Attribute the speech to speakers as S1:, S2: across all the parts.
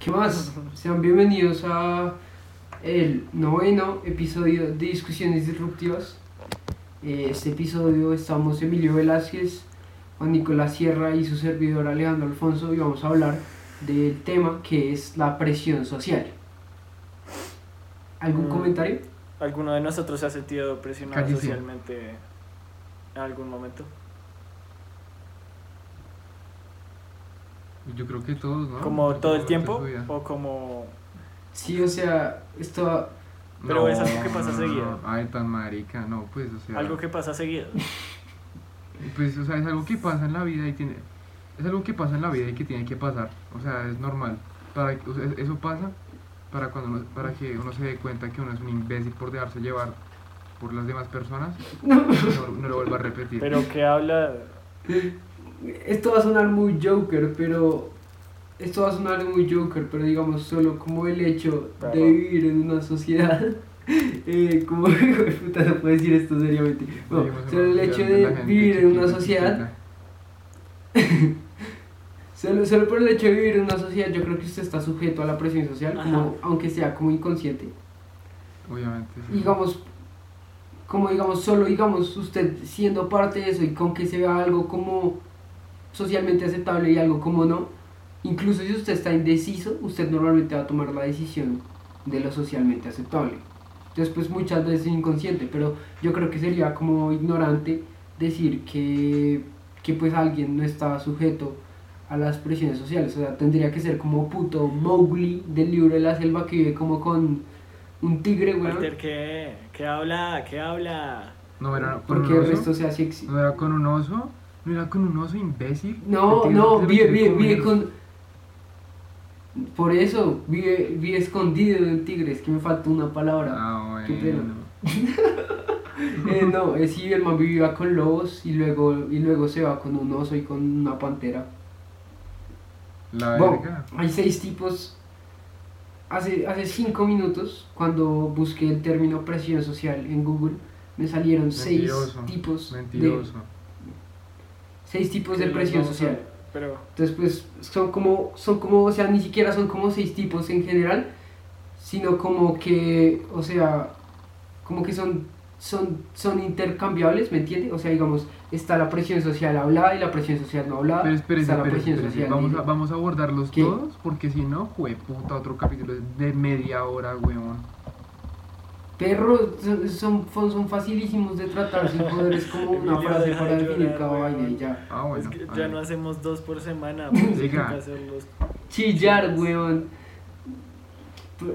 S1: ¿Qué más? Sean bienvenidos a el noveno episodio de Discusiones Disruptivas. Eh, Este episodio estamos Emilio Velázquez, Juan Nicolás Sierra y su servidor Alejandro Alfonso y vamos a hablar del tema que es la presión social. ¿Algún
S2: Mm.
S1: comentario?
S2: ¿Alguno de nosotros se ha sentido presionado
S3: Clarísimo.
S2: socialmente en algún momento?
S3: Pues Yo creo que todos, Ah, ¿no?
S2: ¿Como
S3: En
S2: todo el
S3: algún
S2: tiempo?
S3: momento de su vida.
S2: ¿O como.?
S1: Sí, o sea, esto
S2: Pero es algo que pasa
S3: no,
S2: seguido.
S3: no, Ay, tan marica, no, pues, o sea.
S2: Algo que pasa seguido.
S3: Pues, o sea, es algo que pasa en la vida y tiene. Es algo que pasa en la vida y que tiene que pasar. O sea, es normal. Para, o sea, eso pasa para, cuando uno- para que uno se dé cuenta que uno es un imbécil por dejarse llevar por las demás personas. No, no lo vuelva a repetir.
S2: Pero que habla.
S1: Esto va a sonar muy Joker, pero. Esto va a sonar muy Joker, pero digamos solo como el hecho de
S2: Claro.
S1: vivir en una sociedad. eh, como hijo de puta, no puedo decir esto seriamente. Bueno,
S3: Seguimos
S1: solo el hecho
S3: evangelizando a
S1: de
S3: la gente
S1: vivir en una
S3: chiquita,
S1: sociedad.
S3: chiquita.
S1: Solo, solo por el hecho de vivir en una sociedad, yo creo que usted está sujeto a la presión social, como,
S2: Ajá.
S1: aunque sea como inconsciente.
S3: Obviamente. sí.
S1: digamos, como digamos, solo digamos, usted siendo parte de eso y con que se vea algo como socialmente aceptable y algo como no, incluso si usted está indeciso, usted normalmente va a tomar la decisión de lo socialmente aceptable. Después muchas veces inconsciente, pero yo creo que sería como ignorante decir que, que pues alguien no está sujeto a las presiones sociales, o sea, tendría que ser como puto Mowgli del libro de la selva que vive como con un tigre, weón.
S2: Walter, ¿qué? ¿Qué habla? ¿Qué habla?
S3: No era con
S1: Porque
S3: un
S1: el
S3: oso,
S1: resto se hace ex-
S3: No era con un oso. No era con un oso imbécil.
S1: No,
S3: El tío
S1: no,
S3: se lo
S1: vive,
S3: quiere
S1: vive, vive
S3: comer.
S1: con. Por eso, vive, vive escondido de un tigre, es que me falta una palabra.
S3: Ah, bueno.
S1: Qué pena. Eh, no, eh, sí, el man vivía con lobos y luego, y luego se va con un oso y con una pantera.
S3: La
S1: Bueno,
S3: Ah, verga.
S1: hay seis tipos. Hace, hace cinco minutos, cuando busqué el término presión social en Google, me salieron
S3: Mentiroso,
S1: seis tipos de
S3: Mentiroso.
S1: seis tipos Pues de
S2: Que los
S1: presión
S2: vamos a-
S1: social.
S2: Pero.
S1: Entonces, pues son como, son como, o sea, ni siquiera son como seis tipos en general, sino como que, o sea, como que son, son, son intercambiables, ¿me entiendes? O sea, digamos, está la presión social hablada y la presión social no hablada.
S3: Pero espérese,
S1: está la
S3: espérese,
S1: presión
S3: espérese.
S1: social.
S3: Vamos, a,
S1: libre.
S3: vamos a abordarlos
S1: ¿Qué?
S3: todos porque si no, puta, otro capítulo es de media hora, weón.
S1: Perros son, son, son facilísimos de tratar sin poder, es como una
S2: Emilio,
S1: frase
S2: deja
S1: para
S2: de
S1: definir
S2: llorar,
S1: cada vaina y
S2: weón.
S1: ya.
S3: Ah, bueno.
S2: es que
S3: ah,
S2: ya no hacemos dos por semana. pues, hay que
S3: Diga.
S2: hacerlos.
S1: Chillar, weón.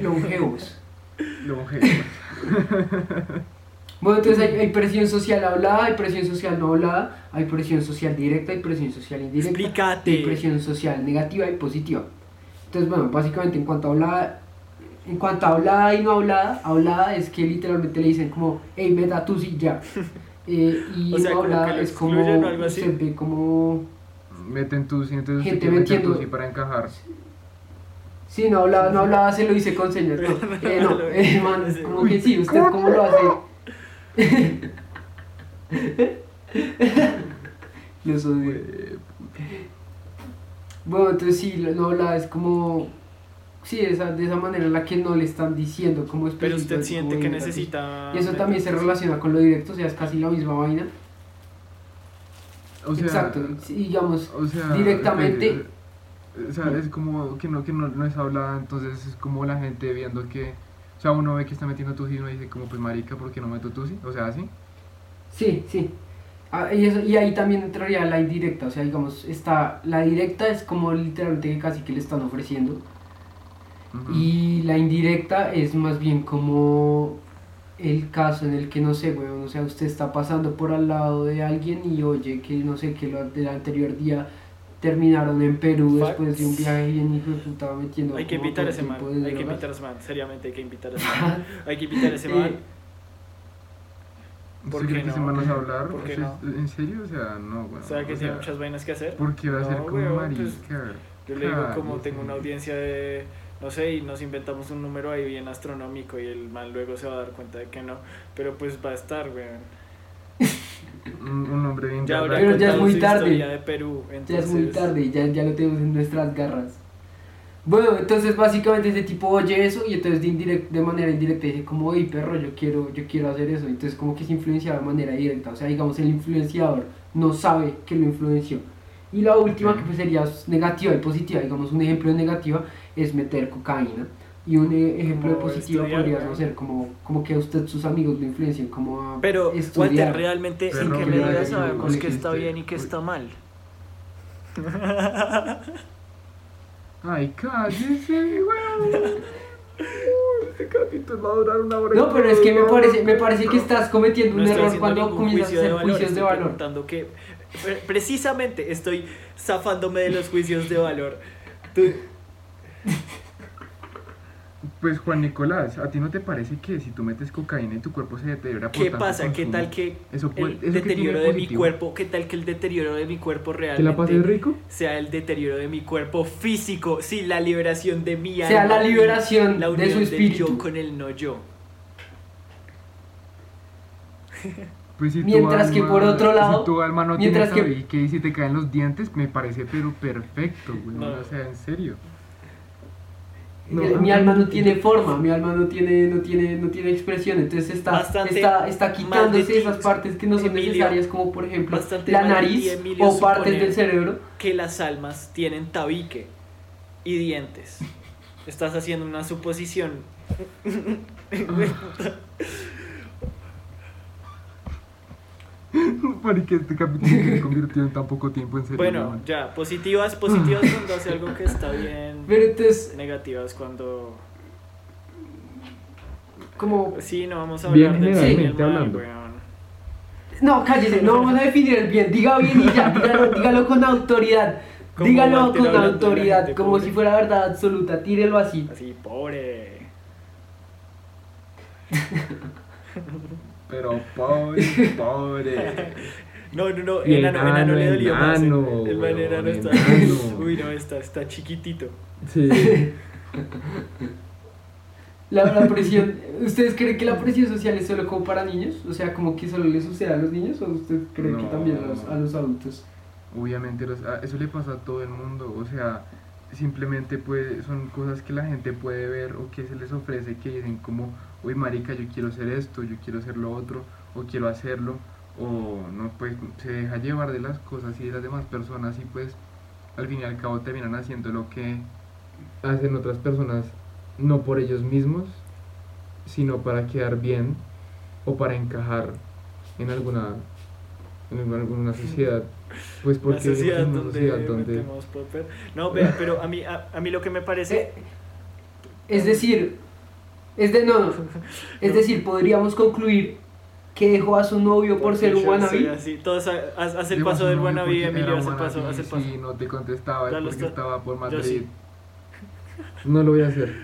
S1: Longevos.
S3: longevo.
S1: Bueno, entonces hay, hay presión social hablada, hay presión social no hablada, hay presión social directa, hay presión social indirecta, hay
S2: Explícate.
S1: presión social negativa y positiva. Entonces, bueno, básicamente en cuanto a hablada, en cuanto a hablada y no hablada, hablada es que literalmente le dicen como, hey, meta tú sí ya. Eh, y
S2: O sea,
S1: no
S2: como que
S1: hablada
S2: lo
S1: es como,
S2: excluyen o algo así.
S1: se ve como,
S3: Meten tus y entonces
S1: Gente,
S3: usted quiere meter
S1: metiendo-
S3: tus y para encajar.
S1: sí, no hablada, no hablada se lo dice con señas. No, eh, no, eh, man, como que sí, usted cómo lo hace. Los odio.
S3: Eh,
S1: Bueno, entonces sí, la- no habla, es como. Sí, esa, de esa manera en la que no le están diciendo como es
S2: Pero
S1: preciso,
S2: usted
S1: es
S2: siente
S1: como
S2: que
S1: directo, así.
S2: necesita.
S1: Y eso también se
S2: meter-
S1: relaciona con lo directo, o sea, es casi la misma vaina.
S3: o sea,
S1: Exacto, sí, digamos,
S3: O sea,
S1: Directamente.
S3: espere, O sea, es como que no, que no, no es hablada, entonces es como la gente viendo que. O sea, uno ve que está metiendo tus y uno dice, como, pues marica, ¿por qué no meto tus? O sea, así.
S1: sí, sí. Ah, y, eso- y ahí también entraría la indirecta, o sea, digamos, está, la directa es como literalmente que casi que le están ofreciendo.
S3: Ujú.
S1: Y la indirecta es más bien como el caso en el que no sé, weón, o sea, usted está pasando por al lado de alguien y oye que no sé, que lo del anterior día terminaron en Perú
S2: Facts.
S1: después de un viaje bien hijo de puta metiendo
S2: Hay que
S1: como
S2: invitar a
S1: todo
S2: ese man.
S1: tipo de
S2: Hay que
S1: drogas.
S2: invitar a ese man. Seriamente hay que invitar a ese man. Hay que invitar a ese
S1: Sí.
S2: man.
S3: ¿Usted
S2: ¿por
S3: cree
S2: qué
S3: que se
S2: no?
S3: van a hablar?
S2: ¿Por qué
S3: O sea, ¿En serio? O sea, no, bueno.
S2: O sea, que
S3: o
S2: tiene
S3: sea,
S2: muchas vainas que hacer.
S3: ¿Por qué va a ser
S2: No,
S3: como
S2: weón, pues,
S3: marica?
S2: Yo le digo
S3: Claro,
S2: como
S3: sí.
S2: tengo una audiencia de, no sé, y nos inventamos un número ahí bien astronómico y el man luego se va a dar cuenta de que no, pero pues va a estar, weón.
S3: un, un hombre bien
S2: Ya habrá
S3: raro.
S1: Pero ya es
S2: contado
S1: muy
S2: su
S1: tarde.
S2: historia de Perú,
S1: Ya es
S2: entonces,
S1: muy tarde, ya, ya lo tenemos en nuestras garras. Bueno, entonces básicamente ese tipo oye eso y entonces de, indirect- de manera indirecta dice como, oye perro, yo quiero, yo quiero hacer eso. Entonces como que se influencia de manera directa. O sea, digamos, el influenciador no sabe que lo influenció. Y la última
S3: Ok.
S1: que pues, sería negativa y positiva. Digamos, un ejemplo de negativa es meter cocaína. Y un eh, ejemplo de
S2: Como
S1: positiva
S2: estudiar,
S1: podría
S2: ¿no?
S1: ser como, como que a usted sus amigos lo influencien, como a
S4: Pero, Walter,
S1: estudiar.
S4: realmente,
S3: Pero
S4: ¿en
S3: no,
S4: qué
S3: yo-
S4: medida
S3: yo-
S4: sabemos
S3: yo-
S4: que está
S1: este
S3: yo-
S4: bien y que
S3: yo-
S4: está mal?
S3: Ay, cállese, weón. Uy, Este capítulo va a durar una hora. y
S1: No, pero es que me
S3: media.
S1: parece, me parece que estás cometiendo un
S2: No estoy
S1: error
S2: haciendo
S1: cuando
S2: ningún
S1: comienzas a
S2: juicio de
S1: hacer
S2: valor,
S1: juicios
S2: estoy
S1: de valor.
S2: preguntando que- pre- precisamente estoy zafándome de los juicios de valor. Tú-
S3: Pues Juan Nicolás, ¿a ti no te parece que si tú metes cocaína y tu cuerpo se deteriora por
S2: ¿Qué
S3: tanto
S2: pasa? ¿Qué
S3: consumo?
S2: tal que
S3: Eso puede-
S2: el
S3: eso que
S2: deterioro
S3: tiene
S2: de mi
S3: positivo.
S2: cuerpo, qué tal que el deterioro de mi cuerpo
S3: ¿Te la pasé
S2: realmente
S3: rico?
S2: sea el deterioro de mi cuerpo físico, sí, la liberación de mi
S1: O
S2: alma,
S1: sea, la liberación
S2: la
S1: de
S2: unión
S1: su
S2: del yo
S1: espíritu.
S2: con el no yo.
S3: Pues si tu
S1: Mientras que
S3: alma-
S1: por otro lado-
S3: Si tu alma no
S1: mientras
S3: tiene
S1: que-
S3: que... y si te caen los dientes, me parece pero perfecto, weón.
S2: No. Eh,
S3: O sea, en serio. No,
S1: El- mi
S3: ah,
S1: alma no tiene forma, mi alma no tiene, no tiene, no tiene expresión, entonces está,
S2: Bastante
S1: está, está
S2: mal de
S1: quitándose
S2: ti,
S1: esas partes que no son
S2: Emilio.
S1: necesarias, como por ejemplo
S2: Bastante
S1: la
S2: mal de ti,
S1: nariz
S2: Emilio,
S1: o partes
S2: suponer.
S1: del cerebro.
S2: que las almas tienen tabique y dientes. Estás haciendo una suposición.
S3: Marica, este capítulo se convirtió en tan poco tiempo, en serio.
S2: Bueno,
S3: weón.
S2: ya, positivas, positivas cuando hace algo que está bien,
S1: Pero entonces,
S2: negativas cuando...
S1: como,
S2: Sí, no vamos a
S3: Bien
S2: hablar del bien y el
S3: generalmente
S2: mal,
S3: hablando.
S2: weón.
S1: no, cállese, no vamos a definir el bien, diga bien y ya, dígalo, dígalo con autoridad,
S2: Como
S1: dígalo
S2: Walter
S1: con
S2: hablando de la
S1: autoridad,
S2: gente
S1: como
S2: pobre.
S1: si fuera verdad absoluta, tírelo así.
S2: Así, pobre.
S3: Pero pobre, pobre.
S2: No, no, no,
S3: Y
S2: el
S3: el
S2: enano, enano le
S3: enano,
S2: dolió más. El,
S3: enano,
S2: el man
S3: weón,
S2: enano está.
S3: enano.
S2: Uy, no, está, está chiquitito.
S3: Sí.
S1: La, la presión, ¿ustedes creen que la presión social es solo como para niños? O sea, como que solo le sucede a los niños o usted cree que
S3: No.
S1: también a los, a los adultos?
S3: Obviamente, los- a- eso le pasa a todo el mundo. O sea, simplemente pues, son cosas que la gente puede ver o que se les ofrece que dicen como, uy, marica, yo quiero hacer esto, yo quiero hacer lo otro, o quiero hacerlo, o no, pues se deja llevar de las cosas y de las demás personas y pues al fin y al cabo terminan haciendo lo que hacen otras personas, no por ellos mismos, sino para quedar bien o para encajar en alguna, en alguna sociedad. Pues
S2: La
S3: porque vivimos
S2: sociedad
S3: en una
S2: donde,
S3: sociedad donde
S2: metemos popper. No, vea, pero a mí, a, a mí lo que me parece.
S1: Eh, Es decir, es de no, no. es
S2: No.
S1: decir, podríamos concluir que dejó a su novio por ser un
S2: yo soy
S1: wannabe.
S2: así, Todos ha- haz- haz el
S3: Digo,
S2: paso
S3: no,
S2: del
S3: yo porque
S2: wannabe,
S3: era
S2: Emilio, haz el paso,
S3: wannabe,
S2: haz el paso.
S3: Sí, no te contestaba, es
S2: Ya lo
S3: porque
S2: está-
S3: estaba por
S2: yo
S3: Madrid.
S2: sí.
S3: No lo voy a hacer.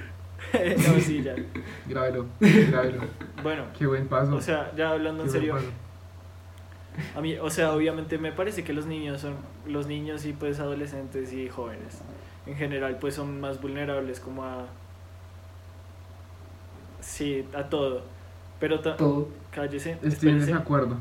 S2: no, sí, ya.
S3: Grábelo, grábelo.
S2: Bueno,
S3: Qué buen paso.
S2: o sea, ya hablando en
S3: qué buen
S2: serio,
S3: paso.
S2: a mí, o sea, obviamente me parece que los niños son, los niños y pues adolescentes y jóvenes, en general, pues son más vulnerables como a, sí, a todo, pero ta-
S1: Todo.
S2: cállese,
S3: Estoy en
S2: espérese.
S3: desacuerdo.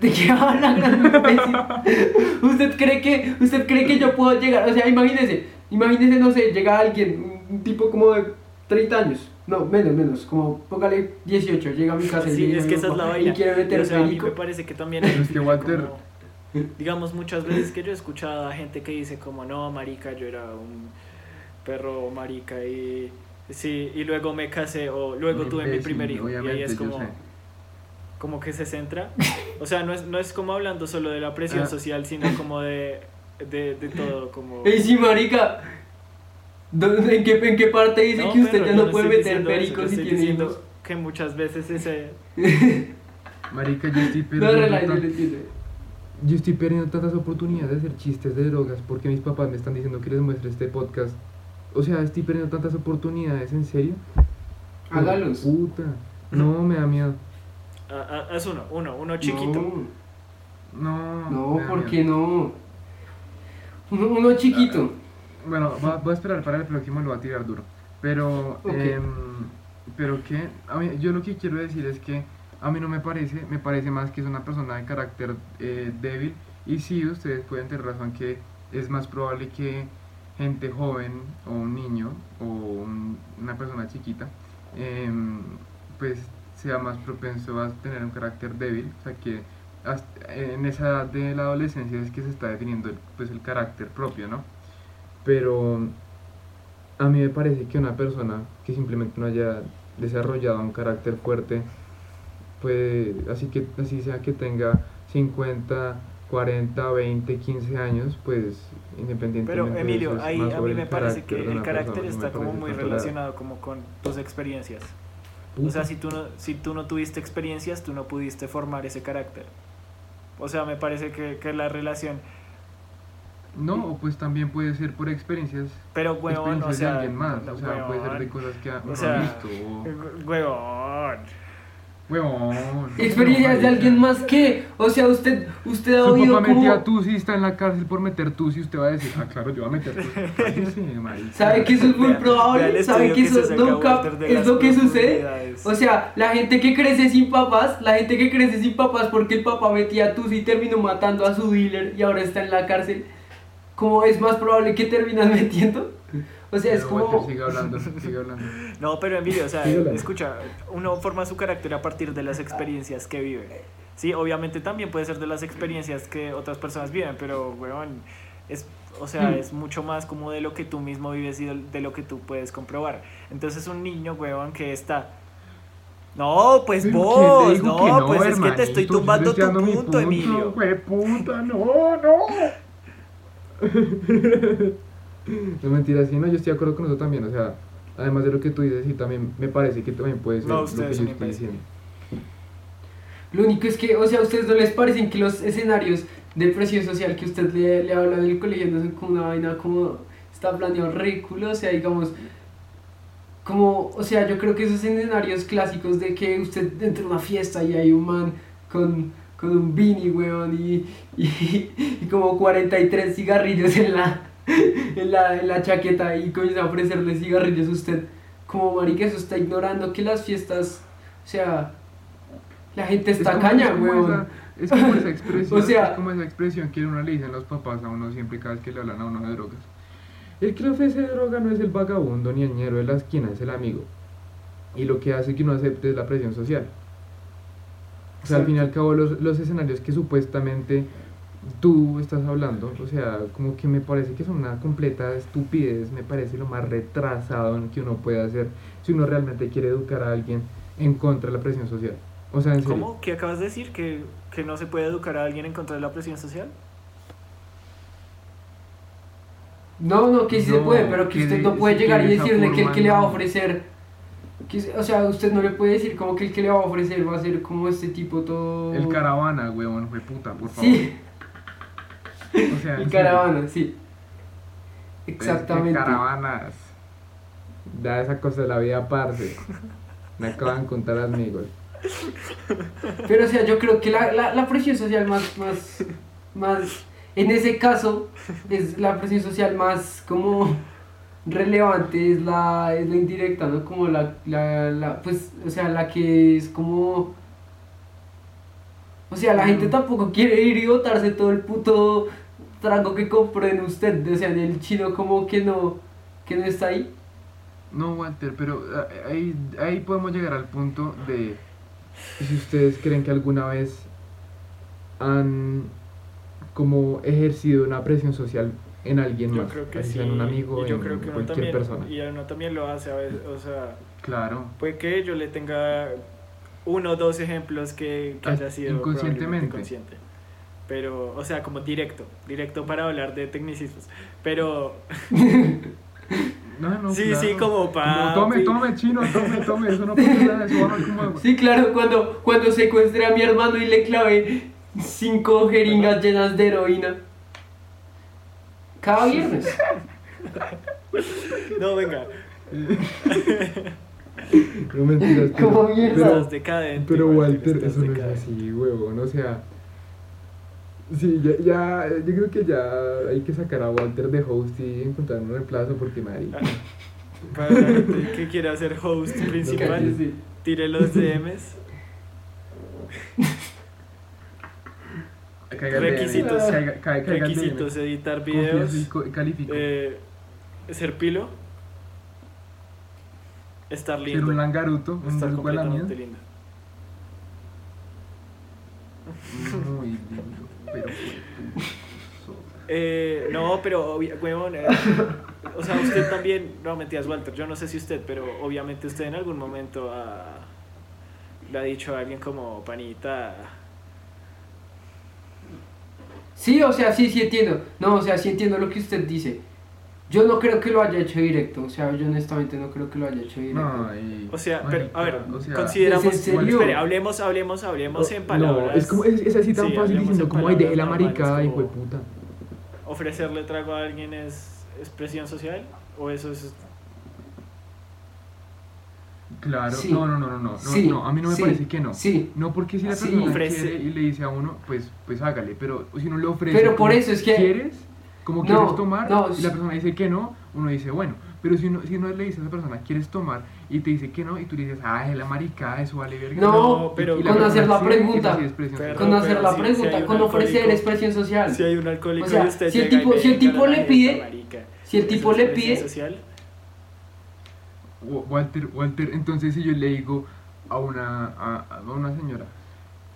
S1: ¿De qué habla, gran imbécil? pues. ¿Usted cree que usted cree que yo puedo llegar? O sea, imagínese, imagínese, no sé, llega alguien, un tipo como de 30 años. No, menos, menos, como póngale 18, llega a mi casa y le
S2: Sí,
S1: dice
S2: es
S1: a
S2: que
S1: mi
S2: esa es la
S1: papá,
S2: vaina.
S1: y quiere meter
S2: o sea, a mí
S1: perico.
S2: me parece que también
S3: Pero es que
S2: hay
S3: Walter-
S2: como- digamos muchas veces que yo he escuchado a gente que dice como no, marica, yo era un perro marica y sí, y luego me casé o luego tuve mi
S3: Imbécil,
S2: primer hijo y ahí
S3: obviamente,
S2: es
S3: yo
S2: como
S3: sé.
S2: como que se centra. O sea, no es no es como hablando solo de la presión
S3: Ah.
S2: social, sino como de de, de todo como
S1: Ey, sí, marica. ¿Dónde- en, qué, en qué parte dice
S2: No,
S1: que usted
S2: perro,
S1: ya
S2: yo
S1: no,
S2: estoy
S1: puede meter
S2: diciendo eso, yo
S1: perico si
S2: estoy
S1: tiene
S2: diciendo
S1: hijos?
S2: que muchas veces ese
S3: Marica, yo estoy
S1: No,
S3: perdiendo.
S1: relax, yo
S3: tan-
S1: lo entiendo.
S3: Yo estoy perdiendo tantas oportunidades de hacer chistes de drogas porque mis papás me están diciendo que les muestre este podcast. O sea, estoy perdiendo tantas oportunidades, ¿en serio?
S1: Hágalos.
S3: Puta. No, me da miedo.
S2: a- a- haz uno, uno, uno chiquito.
S3: No,
S1: No,
S3: me da
S1: no, ¿por
S3: miedo.
S1: qué no? Uno, uno chiquito.
S3: Bueno, va- voy a esperar para el próximo, lo voy a tirar duro. Pero,
S1: Ok.
S3: em, pero que, a mí- yo lo que quiero decir es que A mí no me parece, me parece más que es una persona de carácter eh, débil. Y sí, ustedes pueden tener razón que es más probable que gente joven o un niño o un- una persona chiquita, em, pues sea más propenso a tener un carácter débil. O sea que hasta- en esa edad de la adolescencia es que se está definiendo el, pues, el carácter propio, ¿no? Pero a mí me parece que una persona que simplemente no haya desarrollado un carácter fuerte, pues así que así sea que tenga 50, 40, 20, 15 años, pues independientemente
S2: Pero
S3: de
S2: Emilio,
S3: eso es
S2: ahí
S3: más
S2: a
S3: sobre
S2: mí
S3: el
S2: me parece
S3: carácter
S2: que
S3: de
S2: el
S3: una
S2: carácter
S3: persona, no me
S2: está como
S3: parece
S2: muy
S3: tanto la-
S2: relacionado como con tus experiencias. O sea, si tú no, si tú no tuviste experiencias, tú no pudiste formar ese carácter. O sea, me parece que, que la relación...
S3: No, o pues también puede ser por experiencias,
S2: Pero, huevón, Pues o
S3: experiencias
S2: sea...
S3: de alguien más, o sea, puede ser de
S2: huevón,
S3: cosas que ha- uno
S2: o sea,
S3: ha visto, o...
S2: Huevón.
S3: Huevón.
S1: Experiencias de alguien más que, o sea, usted, usted ha
S3: Su
S1: oído
S3: papá
S1: como...
S3: metió a Tusi, está en la cárcel por meter Tusi, usted va a decir, ah, claro, yo voy a meter Tusi. Cállese, marica.
S1: ¿Sabe que eso es muy
S2: Vea- vea el
S1: probable? ¿Sabe
S2: estudio
S1: que eso
S2: este se saca
S1: nunca
S2: Walter de
S1: es
S2: las
S1: lo que sucede?
S2: profundidades.
S1: O sea, la gente que crece sin papás, la gente que crece sin papás porque el papá metía a tus y terminó matando a su dealer y ahora está en la cárcel, ¿cómo es más probable que terminas metiendo? O sea, es
S3: Pero Walter,
S1: como...
S3: Sigue hablando, sigue hablando.
S2: No, pero Emilio, o sea,
S3: Sí, hola.
S2: escucha, uno forma su carácter a partir de las experiencias que vive. Sí, obviamente también puede ser de las experiencias que otras personas viven, pero, weón, es, o sea,
S1: Mm.
S3: Hmm.
S2: es mucho más como de lo que tú mismo vives y de, de lo que tú puedes comprobar. Entonces un niño, weón, que está... No, pues
S3: Pero ¿quién
S2: vos,
S3: le dijo
S2: no,
S3: que
S2: pues es que
S3: hermanito?
S2: te estoy
S3: Yo
S2: tumbando tu
S3: dando mi
S2: punto, Emilio.
S3: Jueputa, no, no. No mentira, sí, no, yo estoy de acuerdo con eso también, o sea, además de lo que tú dices, sí, también me parece que también puede ser
S2: No,
S3: lo que yo
S2: ustedes
S3: estoy
S2: son imbéciles.
S3: diciendo.
S1: Lo único es que, o sea, ¿a ustedes no les parecen que los escenarios de presión social que usted le, le habla del colegio no son como una vaina como está planeado ridículo? O sea, digamos, como, o sea, yo creo que esos escenarios clásicos de que usted entra a una fiesta y hay un man con, con un beanie, weón, y, y, y como 43 cigarrillos en la, en la, en la chaqueta y comienza a ofrecerle cigarrillos a usted. Como marica, eso está ignorando que las fiestas, o sea, la gente
S3: Es
S1: está
S3: como-
S1: caña,
S3: es como
S1: weón.
S3: esa- Es como esa expresión,
S1: O sea-
S3: es como esa expresión que uno le dicen los papás a uno siempre cada vez que le hablan a uno de drogas. El que le ofrece droga no es el vagabundo ni el ñero de la esquina, es el amigo. Y lo que hace que uno acepte es la presión social. O sea, al fin y al cabo, los, los escenarios que supuestamente tú estás hablando, o sea, como que me parece que son una completa estupidez, me parece lo más retrasado en que uno puede hacer si uno realmente quiere educar a alguien en contra de la presión social. O sea, en serio.
S2: ¿Cómo? ¿Qué acabas de decir? ¿Que, ¿Que no se puede educar a alguien en contra de la presión social?
S1: No, no, que sí se
S3: No,
S1: puede, pero que
S3: que
S1: usted
S3: de-
S1: no puede
S3: si
S1: llegar y
S3: quiere esa
S1: decirle que el
S3: forma,
S1: que le va a
S3: no.
S1: ofrecer. que- o sea, usted no le puede decir como que el que le va a ofrecer va a ser como este tipo todo.
S3: El caravana, weón, fue puta, por favor.
S1: Sí,
S3: O sea, en
S1: el
S3: serio.
S1: caravana, sí.
S3: Es que
S1: Exactamente.
S3: caravanas. Da esa cosa de la vida, parce. Me acaban de contar amigos.
S1: Pero o sea, yo creo que la, la, la presión social más, más, más, en ese caso, es la presión social más como relevante, es la, es la indirecta, ¿no? Como la, la, la, pues, o sea, la que es como... O sea, la gente tampoco quiere ir y botarse todo el puto trago que compró en usted, o sea, en el chino como que no, que no está ahí.
S3: No, Walter, pero ah, ahí, ahí podemos llegar al punto de. ¿y Si ustedes creen que alguna vez han como ejercido una presión social en alguien
S2: Yo
S3: más,
S2: creo que
S3: así
S2: sí.
S3: sea en un amigo,
S2: y yo
S3: en
S2: creo que uno
S3: cualquier
S2: también,
S3: persona.
S2: Y uno también lo hace a veces. O sea,
S3: Claro.
S2: puede que yo le tenga uno o dos ejemplos que, que
S3: Ah,
S2: haya sido
S3: inconscientemente.
S2: probablemente consciente. Pero, o sea, como directo. Directo para hablar de tecnicismos. Pero,
S3: No, no,
S2: sí,
S3: claro.
S2: sí, como para.
S3: Como, tome, tome, chino, tome, tome, eso no pasa nada, eso va a como agua.
S1: Sí, claro, cuando, cuando secuestré a mi hermano y le clavé cinco jeringas llenas de heroína. Cada viernes.
S2: No, venga.
S3: No mentiras, pero-
S1: Como mierda.
S3: pero-
S2: estás decadente.
S3: Pero Walter,
S2: estás
S3: eso no es
S2: decadente.
S3: así, huevón, o sea... Sí, ya, ya, yo creo que ya hay que sacar a Walter de host y encontrar un reemplazo porque Mari...
S2: Ah, Para la gente que quiera ser host principal,
S1: Sí.
S2: tire los DMs.
S5: Caigan de-
S2: Requisitos.
S5: caiga- ca- caigan de-
S2: Requisitos, editar videos,
S5: Confieso y co- califico.
S2: eh, ser pilo, estar
S5: Ser un
S2: lindo,
S5: langaruto, un
S1: mm,
S2: estar
S5: grupo de la
S2: completamente
S5: mía.
S2: lindo.
S5: Muy lindo, pero fue
S2: Eh, no, pero, obvia- huevón, eh, o sea, usted también, no mentiras, Walter, yo no sé si usted, pero obviamente usted en algún momento ha- le ha dicho a alguien como, panita,
S1: Sí, o sea, sí, sí entiendo. No, o sea, sí entiendo lo que usted dice. Yo no creo que lo haya hecho directo, o sea, yo honestamente no creo que lo haya hecho directo.
S5: No, y-
S2: o sea, pero, a ver,
S5: marica, o sea,
S2: consideramos,
S1: ¿es en serio?
S2: espere, hablemos, hablemos, hablemos en palabras,
S3: No, es, como, es, es así tan
S2: Sí,
S3: fácil
S2: hablemos
S3: diciendo
S2: en
S3: como, ay, de la
S2: palabras
S3: maricada,
S2: normales,
S3: hijo de
S2: como-
S3: puta.
S2: ofrecerle trago a alguien es expresión social, o eso es,
S5: Claro,
S1: Sí.
S5: no, no, no, no, no, no,
S1: Sí,
S5: no, a mí no me
S1: sí,
S5: parece que no.
S1: Sí,
S5: No, porque si la
S1: Sí.
S5: persona
S2: Ofrece.
S5: quiere y le dice a uno, pues, pues hágale, pero si no le ofrece.
S1: Pero por
S5: como,
S1: eso es que-
S5: ¿Quieres? Como
S1: No,
S5: quieres tomar,
S1: no,
S5: y la
S1: sí.
S5: persona dice que no, uno dice, bueno, pero si no, si no le dice a esa persona, ¿quieres tomar? Y te dice que no, y tú le dices, ah, es la maricada, eso vale verga.
S1: No,
S2: No, pero-
S5: Y- y la
S1: con
S5: persona
S1: hacer la
S5: accede,
S1: pregunta.
S5: y así es presión
S2: Pero-
S1: con hacer la
S2: si- si hay
S1: pregunta,
S2: un
S1: con ofrecer
S2: alcohólico-
S1: expresión social.
S2: si hay un alcohólico
S1: O sea,
S2: y usted
S1: si el
S2: llega y
S1: tipo-
S2: me
S1: si el
S2: dedica
S1: tipo
S2: la
S1: le
S2: neta,
S1: pide-
S2: marica,
S1: Si el
S2: ¿eso
S1: tipo
S2: es
S1: le
S2: expresión
S1: pide,
S2: social?
S5: Wa- Walter, Walter, entonces si yo le digo a una, a, a una señora,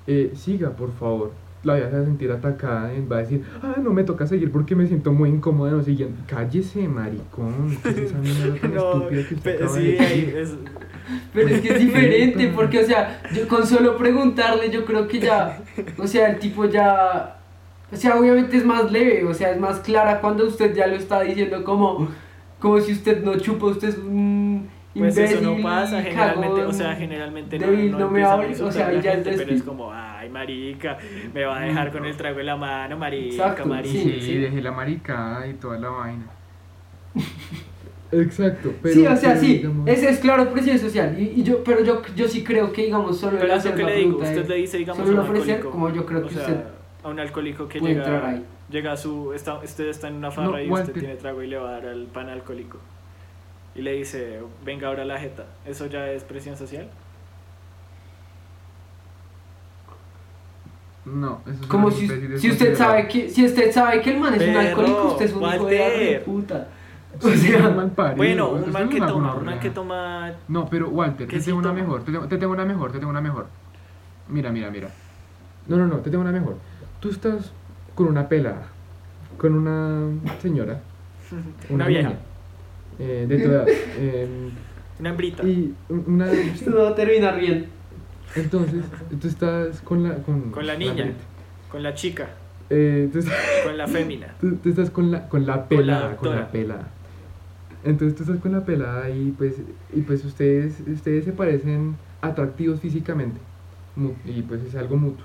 S3: Eh, siga, por favor. La voy a hacer sentir atacada y va a decir, ah, no me toca seguir porque me siento muy incómoda. No siguen. Cállese, maricón. ¿Qué es esa mierda tan
S2: No,
S3: estúpida que usted
S2: pe-
S3: acaba de
S2: sí,
S3: decir?
S2: ahí es,
S1: Pero es que es diferente, porque, o sea, yo con solo preguntarle, yo creo que ya, o sea, el tipo ya, o sea, obviamente es más leve, o sea, es más clara cuando usted ya lo está diciendo como, como si usted no chupa, usted es un
S2: Pues
S1: imbécil.
S2: eso no pasa
S1: y
S2: generalmente, o sea,
S1: cagón.
S2: generalmente
S1: débil,
S2: no,
S1: no me
S2: empiezan a
S1: hables, o
S2: insultar
S1: sea,
S2: a la
S1: ya es
S2: gente, pero es
S1: despido.
S2: como, ay, marica, me va a dejar con el trago en la mano, marica,
S1: Exacto,
S2: marica.
S1: Sí,
S5: sí,
S1: sí.
S5: dejé la maricada y toda la vaina.
S3: Exacto, pero.
S1: sí, o sea,
S3: pero,
S1: sí,
S3: digamos,
S1: ese es claro precio social, y, y yo, pero yo, yo sí creo que, digamos, solo el
S2: Pero eso
S1: hacer
S2: que
S1: la
S2: le digo,
S1: pregunta
S2: usted
S1: es-
S2: le dice, digamos, a
S1: solo
S2: un
S1: el ofrecer,
S2: alcohólico,
S1: como yo creo
S2: o
S1: que
S2: sea,
S1: usted
S2: a un alcohólico que
S1: puede entrar
S2: llega,
S1: ahí.
S2: llega a su, está, usted está en una farra
S5: No,
S2: y
S5: Walter.
S2: usted tiene trago y le va a dar al pan alcohólico. Y le dice, venga ahora la jeta, ¿eso ya es presión social?
S5: No, eso es
S1: Como
S5: una
S1: si,
S5: especie de
S1: si usted
S5: sociedad.
S1: sabe que si usted sabe que el man es
S2: Pero,
S1: un alcohólico, usted es un hijo de la
S2: Walter.
S1: re puta.
S5: Sí,
S1: O sea,
S5: un mal parido,
S2: Bueno,
S5: usted
S2: un
S5: es
S2: man que
S5: una
S2: toma, un
S5: gonorrea.
S2: man que toma,
S5: No, pero Walter,
S2: ¿Qué
S5: te
S2: sí
S5: tengo una
S2: toma?
S5: mejor, te tengo, te tengo una mejor, te tengo una mejor. Mira, mira, mira.
S3: No, no, no, te tengo una mejor. Tú estás con una pelada, con una señora.
S2: Una vieja.
S3: niña, eh, de tu edad. eh,
S2: una hembrita.
S3: y una.
S1: esto no va a terminar bien.
S3: Entonces, tú estás con la. Con,
S2: Con la niña.
S3: perrita.
S2: Con la chica,
S3: Eh, tú, estás,
S2: con la fémina.
S3: tú- tú estás con la, con la pelada, con la,
S2: doctora.
S3: pelada. Entonces tú estás con la pelada y pues, y pues ustedes, ustedes se parecen atractivos físicamente. mu- Y pues es algo mutuo.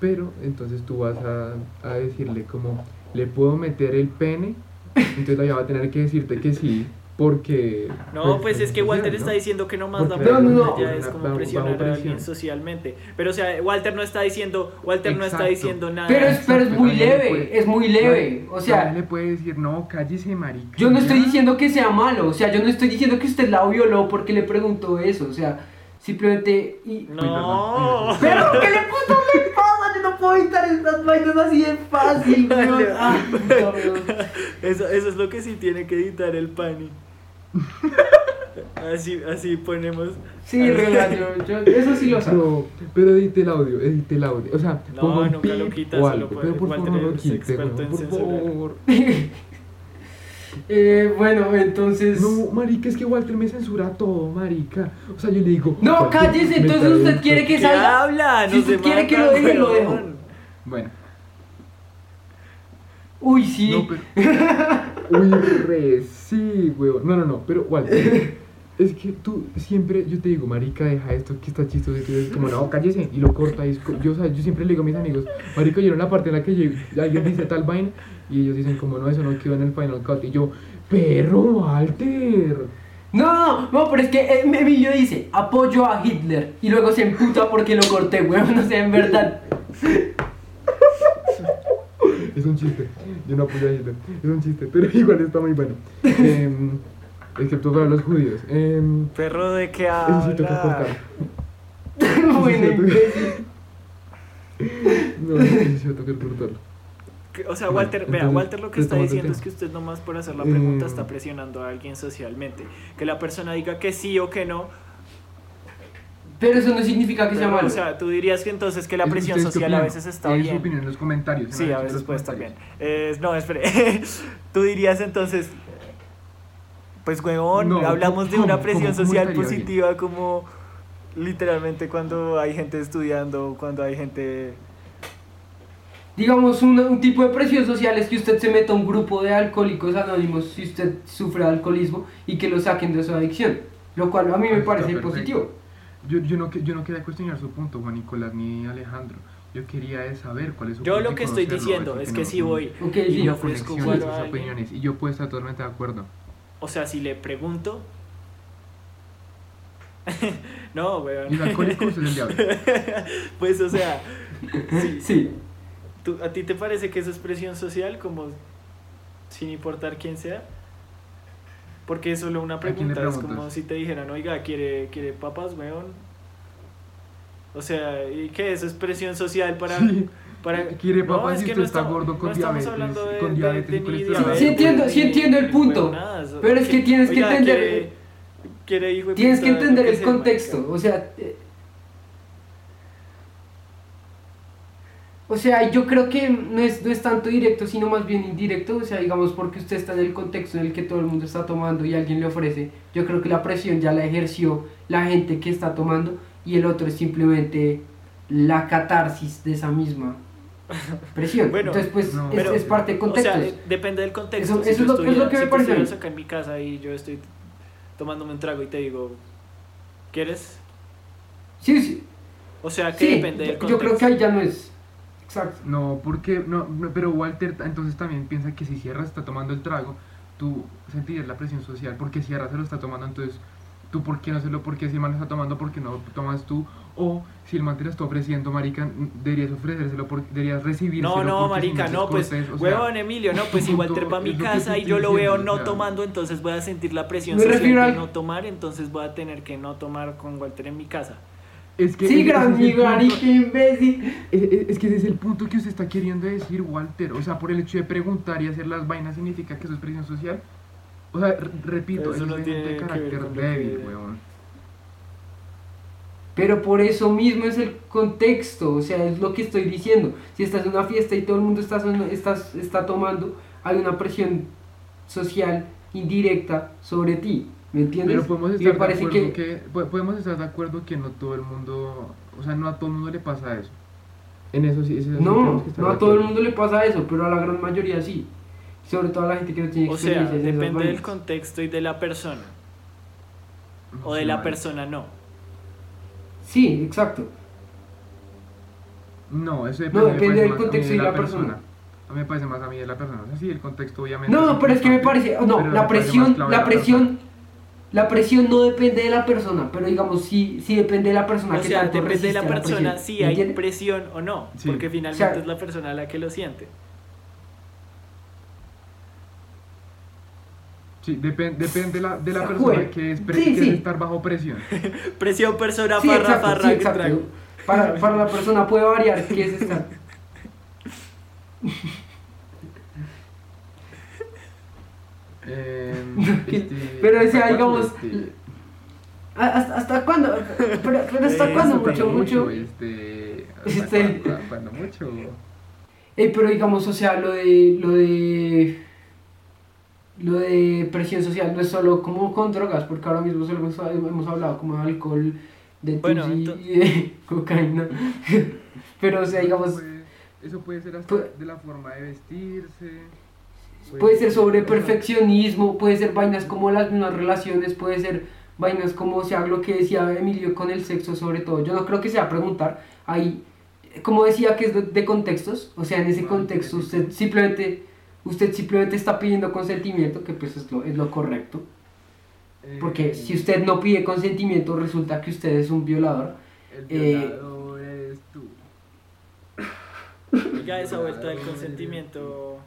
S3: Pero entonces tú vas a, a decirle como, ¿le puedo meter el pene? Entonces la vieja va a tener que decirte que sí, porque...
S2: No, pues es que Walter
S3: ¿no?
S2: está diciendo que no más la
S3: Porque-
S2: pregunta
S1: No, no, no.
S2: ya es
S3: Bajo
S2: como
S3: presión.
S2: presionar a alguien
S3: Presión.
S2: socialmente. Pero o sea, Walter no está diciendo, Walter no está
S5: Exacto.
S2: diciendo nada.
S1: Pero es, pero es
S5: Exacto,
S1: muy
S5: también le
S1: leve,
S5: puede-
S1: es muy leve. O
S5: También
S1: sea,
S5: le puede decir, no, cállese, marica.
S1: yo no estoy
S5: Ya.
S1: diciendo que sea malo, o sea, yo no estoy diciendo que usted la violó porque le preguntó eso, o sea, simplemente y
S2: No.
S1: pero qué le puto le pasa, yo no puedo evitar estas vainas así de fácil,
S2: Vale.
S1: weón. Ah, puta, weón.
S2: Eso, eso es lo que sí tiene que editar el pani. Así, así ponemos.
S1: Sí, relax, yo, yo- eso sí lo saco.
S3: Pero, pero edite el audio, edite el audio. O sea,
S2: No,
S3: pongo un
S2: nunca lo
S3: pip
S2: quita,
S3: o
S2: solo
S3: algo,
S2: puede-
S3: pero por
S2: Walter
S3: favor no lo
S2: es
S3: quite,
S2: experto
S3: weón,
S2: en
S3: por
S2: censurar.
S3: favor.
S1: Eh, bueno, entonces.
S3: No, marica, es que Walter me censura todo, marica. O sea, yo le digo...
S1: No,
S3: Walter,
S1: cállese,
S3: me
S1: entonces
S3: está
S1: usted
S3: dentro.
S1: quiere que
S2: ¿Qué
S1: salga.
S2: habla?
S1: Si
S2: Nos
S1: usted quiere que
S2: demandan,
S1: lo deje, lo dejo.
S2: weón.
S5: Bueno,
S1: Uy, sí.
S5: no, pero,
S3: Uy, re, sí, weón. No, no, no, pero Walter... Es que tú siempre, yo te digo, marica, deja esto que está chistoso. Y tú dices, como, no, cállese. Y lo corta. Y es co- yo, o sea, yo siempre le digo a mis amigos, marica, yo en la parte en la que lleg- alguien dice tal vaina. Y ellos dicen, como, no, eso no quedó en el final cut. Y yo, perro, Walter.
S1: No, no, no, no, pero es que eh, Emilio dice apoyo a Hitler y luego se emputa porque lo corté, weón. No sé, en verdad.
S3: Es un chiste. Yo no apoyo a Hitler. Es un chiste, pero igual está muy bueno. Em, excepto para los judíos. Em,
S2: Perro de qué
S3: eso sí toca cortar.
S2: habla.
S1: bueno,
S3: Eso sí toca-
S4: No, no, yo tengo que cortarlo.
S2: Que- O sea, Walter,
S4: Bueno,
S2: vea,
S4: entonces,
S2: Walter lo que está
S4: retomando el
S2: diciendo es
S4: tema.
S2: que usted nomás por hacer la pregunta
S4: Eh.
S3: Mm.
S2: está presionando a alguien socialmente. Que la persona diga que sí o que no.
S1: Pero eso no significa que sea
S2: pero,
S1: malo.
S2: o sea, tú dirías que entonces que la
S3: ¿Es-
S2: presión
S3: ustedes qué
S2: social a
S3: opinan?
S2: veces está
S3: Dejen su
S2: bien.
S3: opinión pues, en los comentarios.
S2: Sí,
S3: en
S2: a
S3: los
S2: veces puede estar bien.
S3: comentarios.
S2: Eh, no, espere. Tú dirías entonces, pues huevón,
S3: No,
S2: hablamos de
S3: ¿cómo?
S2: una
S3: ¿Cómo?
S2: presión
S3: ¿Cómo
S2: social
S3: estaría bien?
S2: positiva como literalmente cuando hay gente estudiando, cuando hay gente...
S1: Digamos, un, un tipo de presión social es que usted se meta a un grupo de alcohólicos anónimos si usted sufre de alcoholismo y que lo saquen de su adicción. Lo cual a mí me
S3: Está
S1: parece
S3: perfecto.
S1: positivo.
S3: Yo, yo, no, que- yo no quería cuestionar su punto, Juan Nicolás ni Alejandro. Yo quería es saber cuál es su
S2: Yo
S3: punto
S2: lo
S3: y
S2: que estoy
S3: conocerlo,
S2: diciendo
S3: así
S2: es que
S3: no-
S2: si voy
S1: Ok,
S2: y
S1: sí.
S2: yo
S3: no
S2: ofrezco
S3: conexiones,
S2: guaro
S3: sus
S2: a alguien,
S3: opiniones. Y yo puedo estar totalmente de acuerdo.
S2: o sea, si le pregunto... no,
S3: Y el
S2: weón.
S3: alcohólico es el diablo.
S2: pues o sea, sí,
S1: Sí.
S2: ¿Tú- ¿A ti te parece que eso es presión social, como sin importar quién sea? Porque es solo una
S3: quién le
S2: pregunta, es
S3: preguntas?
S2: como si te dijeran, oiga, ¿quiere, quiere papas, weón? O sea, ¿y qué? Eso es presión social para...
S3: Sí.
S2: para...
S3: Quiere papas y
S2: es que
S3: usted está
S2: estamos-
S3: gordo con
S2: no estamos
S3: diabetes,
S2: hablando de-
S3: con
S2: de-
S3: diabetes,
S2: de
S3: con
S2: ni
S3: colesterol.
S2: diabetes,
S1: Sí entiendo-
S2: ni-
S1: sí entiendo el punto,
S2: huevonadas, o-
S1: pero es que tienes que
S2: oiga,
S1: entender-
S2: ¿quiere- quiere hijo de
S1: Tienes que
S2: puta,
S1: entender
S2: yo qué
S1: el
S2: sé,
S1: contexto,
S2: marica?
S1: o sea... eh, O sea, yo creo que no es, no es tanto directo, sino más bien indirecto, o sea, digamos, porque usted está en el contexto en el que todo el mundo está tomando y alguien le ofrece, yo creo que la presión ya la ejerció la gente que está tomando y el otro es simplemente la catarsis de esa misma presión.
S2: Bueno,
S1: Entonces, pues,
S3: no,
S1: es,
S2: pero-
S1: es parte de
S2: O sea,
S1: contextos.
S2: eh, depende del contexto.
S1: Eso-
S2: si
S1: eso
S2: yo
S1: es lo- es
S2: estuviera-
S1: lo que
S2: si
S1: me
S2: tú
S1: parece.
S2: estuvieras acá en mi casa y yo estoy tomándome un trago y te digo, ¿quieres?
S1: sí, sí,
S2: O sea, que
S1: sí,
S2: depende del
S1: yo,
S2: contexto.
S1: yo creo que ahí ya no es... Exacto.
S3: No, porque no, no, pero Walter ta- entonces también piensa que si Sierra está tomando el trago, tú sentirás la presión social porque Sierra se lo está tomando, entonces tú por qué no se lo, por qué si el man lo está tomando, por qué no lo tomas tú, o si el man te lo está ofreciendo, marica, mm, deberías ofrecérselo, por- deberías recibírselo.
S2: No, no,
S3: porque si
S2: marica,
S3: es
S2: no, pues,
S3: cortés, o sea,
S2: huevón, Emilio, no, pues
S3: es
S2: si
S3: un
S2: Walter
S3: punto,
S2: va a mi
S3: es lo que
S2: casa
S3: te
S2: y yo
S3: estoy
S2: lo veo
S3: diciendo,
S2: no
S3: o sea.
S2: tomando, entonces voy a sentir la presión
S1: Me
S2: social
S1: refiero
S2: de
S1: al-
S2: no tomar, entonces voy a tener que no tomar con Walter en mi casa.
S3: Es que
S1: Sí,
S3: ese
S1: gran
S3: es el punto,
S1: granito imbécil.
S3: Es, es- es que ese es el punto que usted está queriendo decir, Walter. O sea, por el hecho de preguntar y hacer las vainas significa que eso es presión social. O sea, re- repito,
S2: Eso
S3: eso
S2: no
S3: es de
S2: tiene
S3: gente de
S2: que ver
S3: carácter
S2: con lo
S3: débil,
S2: que-
S3: weón.
S1: Pero por eso mismo es el contexto, o sea, es lo que estoy diciendo. Si estás en una fiesta y todo el mundo está, son- estás- está tomando, hay una presión social indirecta sobre ti, ¿me entiendes?
S3: Pero podemos
S1: Y
S3: estar,
S1: me
S3: de
S1: parece
S3: acuerdo
S1: que,
S3: que... po- podemos estar de acuerdo que no todo el mundo, o sea, no a todo el mundo le pasa eso.
S4: En eso sí, eso sí
S1: no,
S4: tenemos que estar
S1: no
S4: de
S1: a todo el
S4: acuerdo.
S1: mundo le pasa eso, pero a la gran mayoría sí. Sobre todo a la gente que no tiene
S2: O sea,
S1: experiencia. en esas
S2: depende del
S1: vainas.
S2: contexto y de la persona,
S3: No
S2: o
S3: sé,
S2: de la
S3: marica.
S2: persona no.
S1: Sí, exacto.
S3: No, eso
S1: No,
S3: me
S1: depende
S3: parece
S1: del
S3: más a mí
S1: contexto
S3: de
S1: y la persona.
S3: A mí me parece más a mí de la persona. O sea, sí, el contexto obviamente.
S1: No,
S3: es
S1: pero es que me parece, oh, no,
S3: Pero
S1: la
S3: me parece
S1: presión,
S3: más clave
S1: la
S3: la persona.
S1: presión, la presión no depende de la persona, pero digamos sí, sí depende de la persona
S2: O
S1: que
S2: sea,
S1: tanto
S2: depende de
S1: resiste
S2: la
S1: a presión,
S2: persona si
S1: ¿me
S2: hay
S1: entiendes?
S2: presión o no,
S3: Sí.
S2: porque
S3: O sea-
S2: finalmente es la persona la que lo siente.
S3: Sí, depen- depende de la, de la
S1: Está
S3: persona
S1: bueno.
S3: que es, pre-
S1: Sí,
S3: que es
S1: sí.
S3: estar bajo presión.
S2: Presión, persona,
S1: Sí,
S2: farra,
S1: exacto,
S2: farra,
S1: sí,
S2: que
S1: exacto.
S2: trago.
S1: Para, para la persona puede variar qué es estar.
S3: Eh,
S1: que-
S3: este,
S1: pero, o sea,
S3: ¿hasta cuándo,
S1: digamos,
S3: este?
S1: Ah, ¿Hasta, hasta cuándo? Pero, pero ¿hasta
S2: Eh,
S1: cuándo?
S2: hasta
S1: Mucho, mucho.
S3: Este,
S1: Este.
S3: hasta cuándo, mucho.
S1: Eh, pero digamos, o sea, lo de, lo de. Lo de presión social no es solo como con drogas, porque ahora mismo solo hemos, hemos hablado como de alcohol, de
S2: Bueno,
S1: tusi
S2: ento-
S1: y de cocaína. pero, o sea, digamos,
S3: Puede- eso puede ser hasta
S1: Pu-
S3: de la forma de vestirse. pues,
S1: puede ser sobre perfeccionismo, puede ser vainas como las mismas relaciones, puede ser vainas como o sea lo que decía Emilio con el sexo sobre todo. Yo no creo que sea preguntar, ahí, como decía que es de, de contextos, o sea, en ese contexto usted simplemente, usted simplemente está pidiendo consentimiento, que pues es lo, es lo correcto,
S3: eh,
S1: porque si usted no pide consentimiento resulta que usted es un violador.
S3: El
S1: eh,
S3: violador eres tú.
S2: Ya esa vuelta del consentimiento.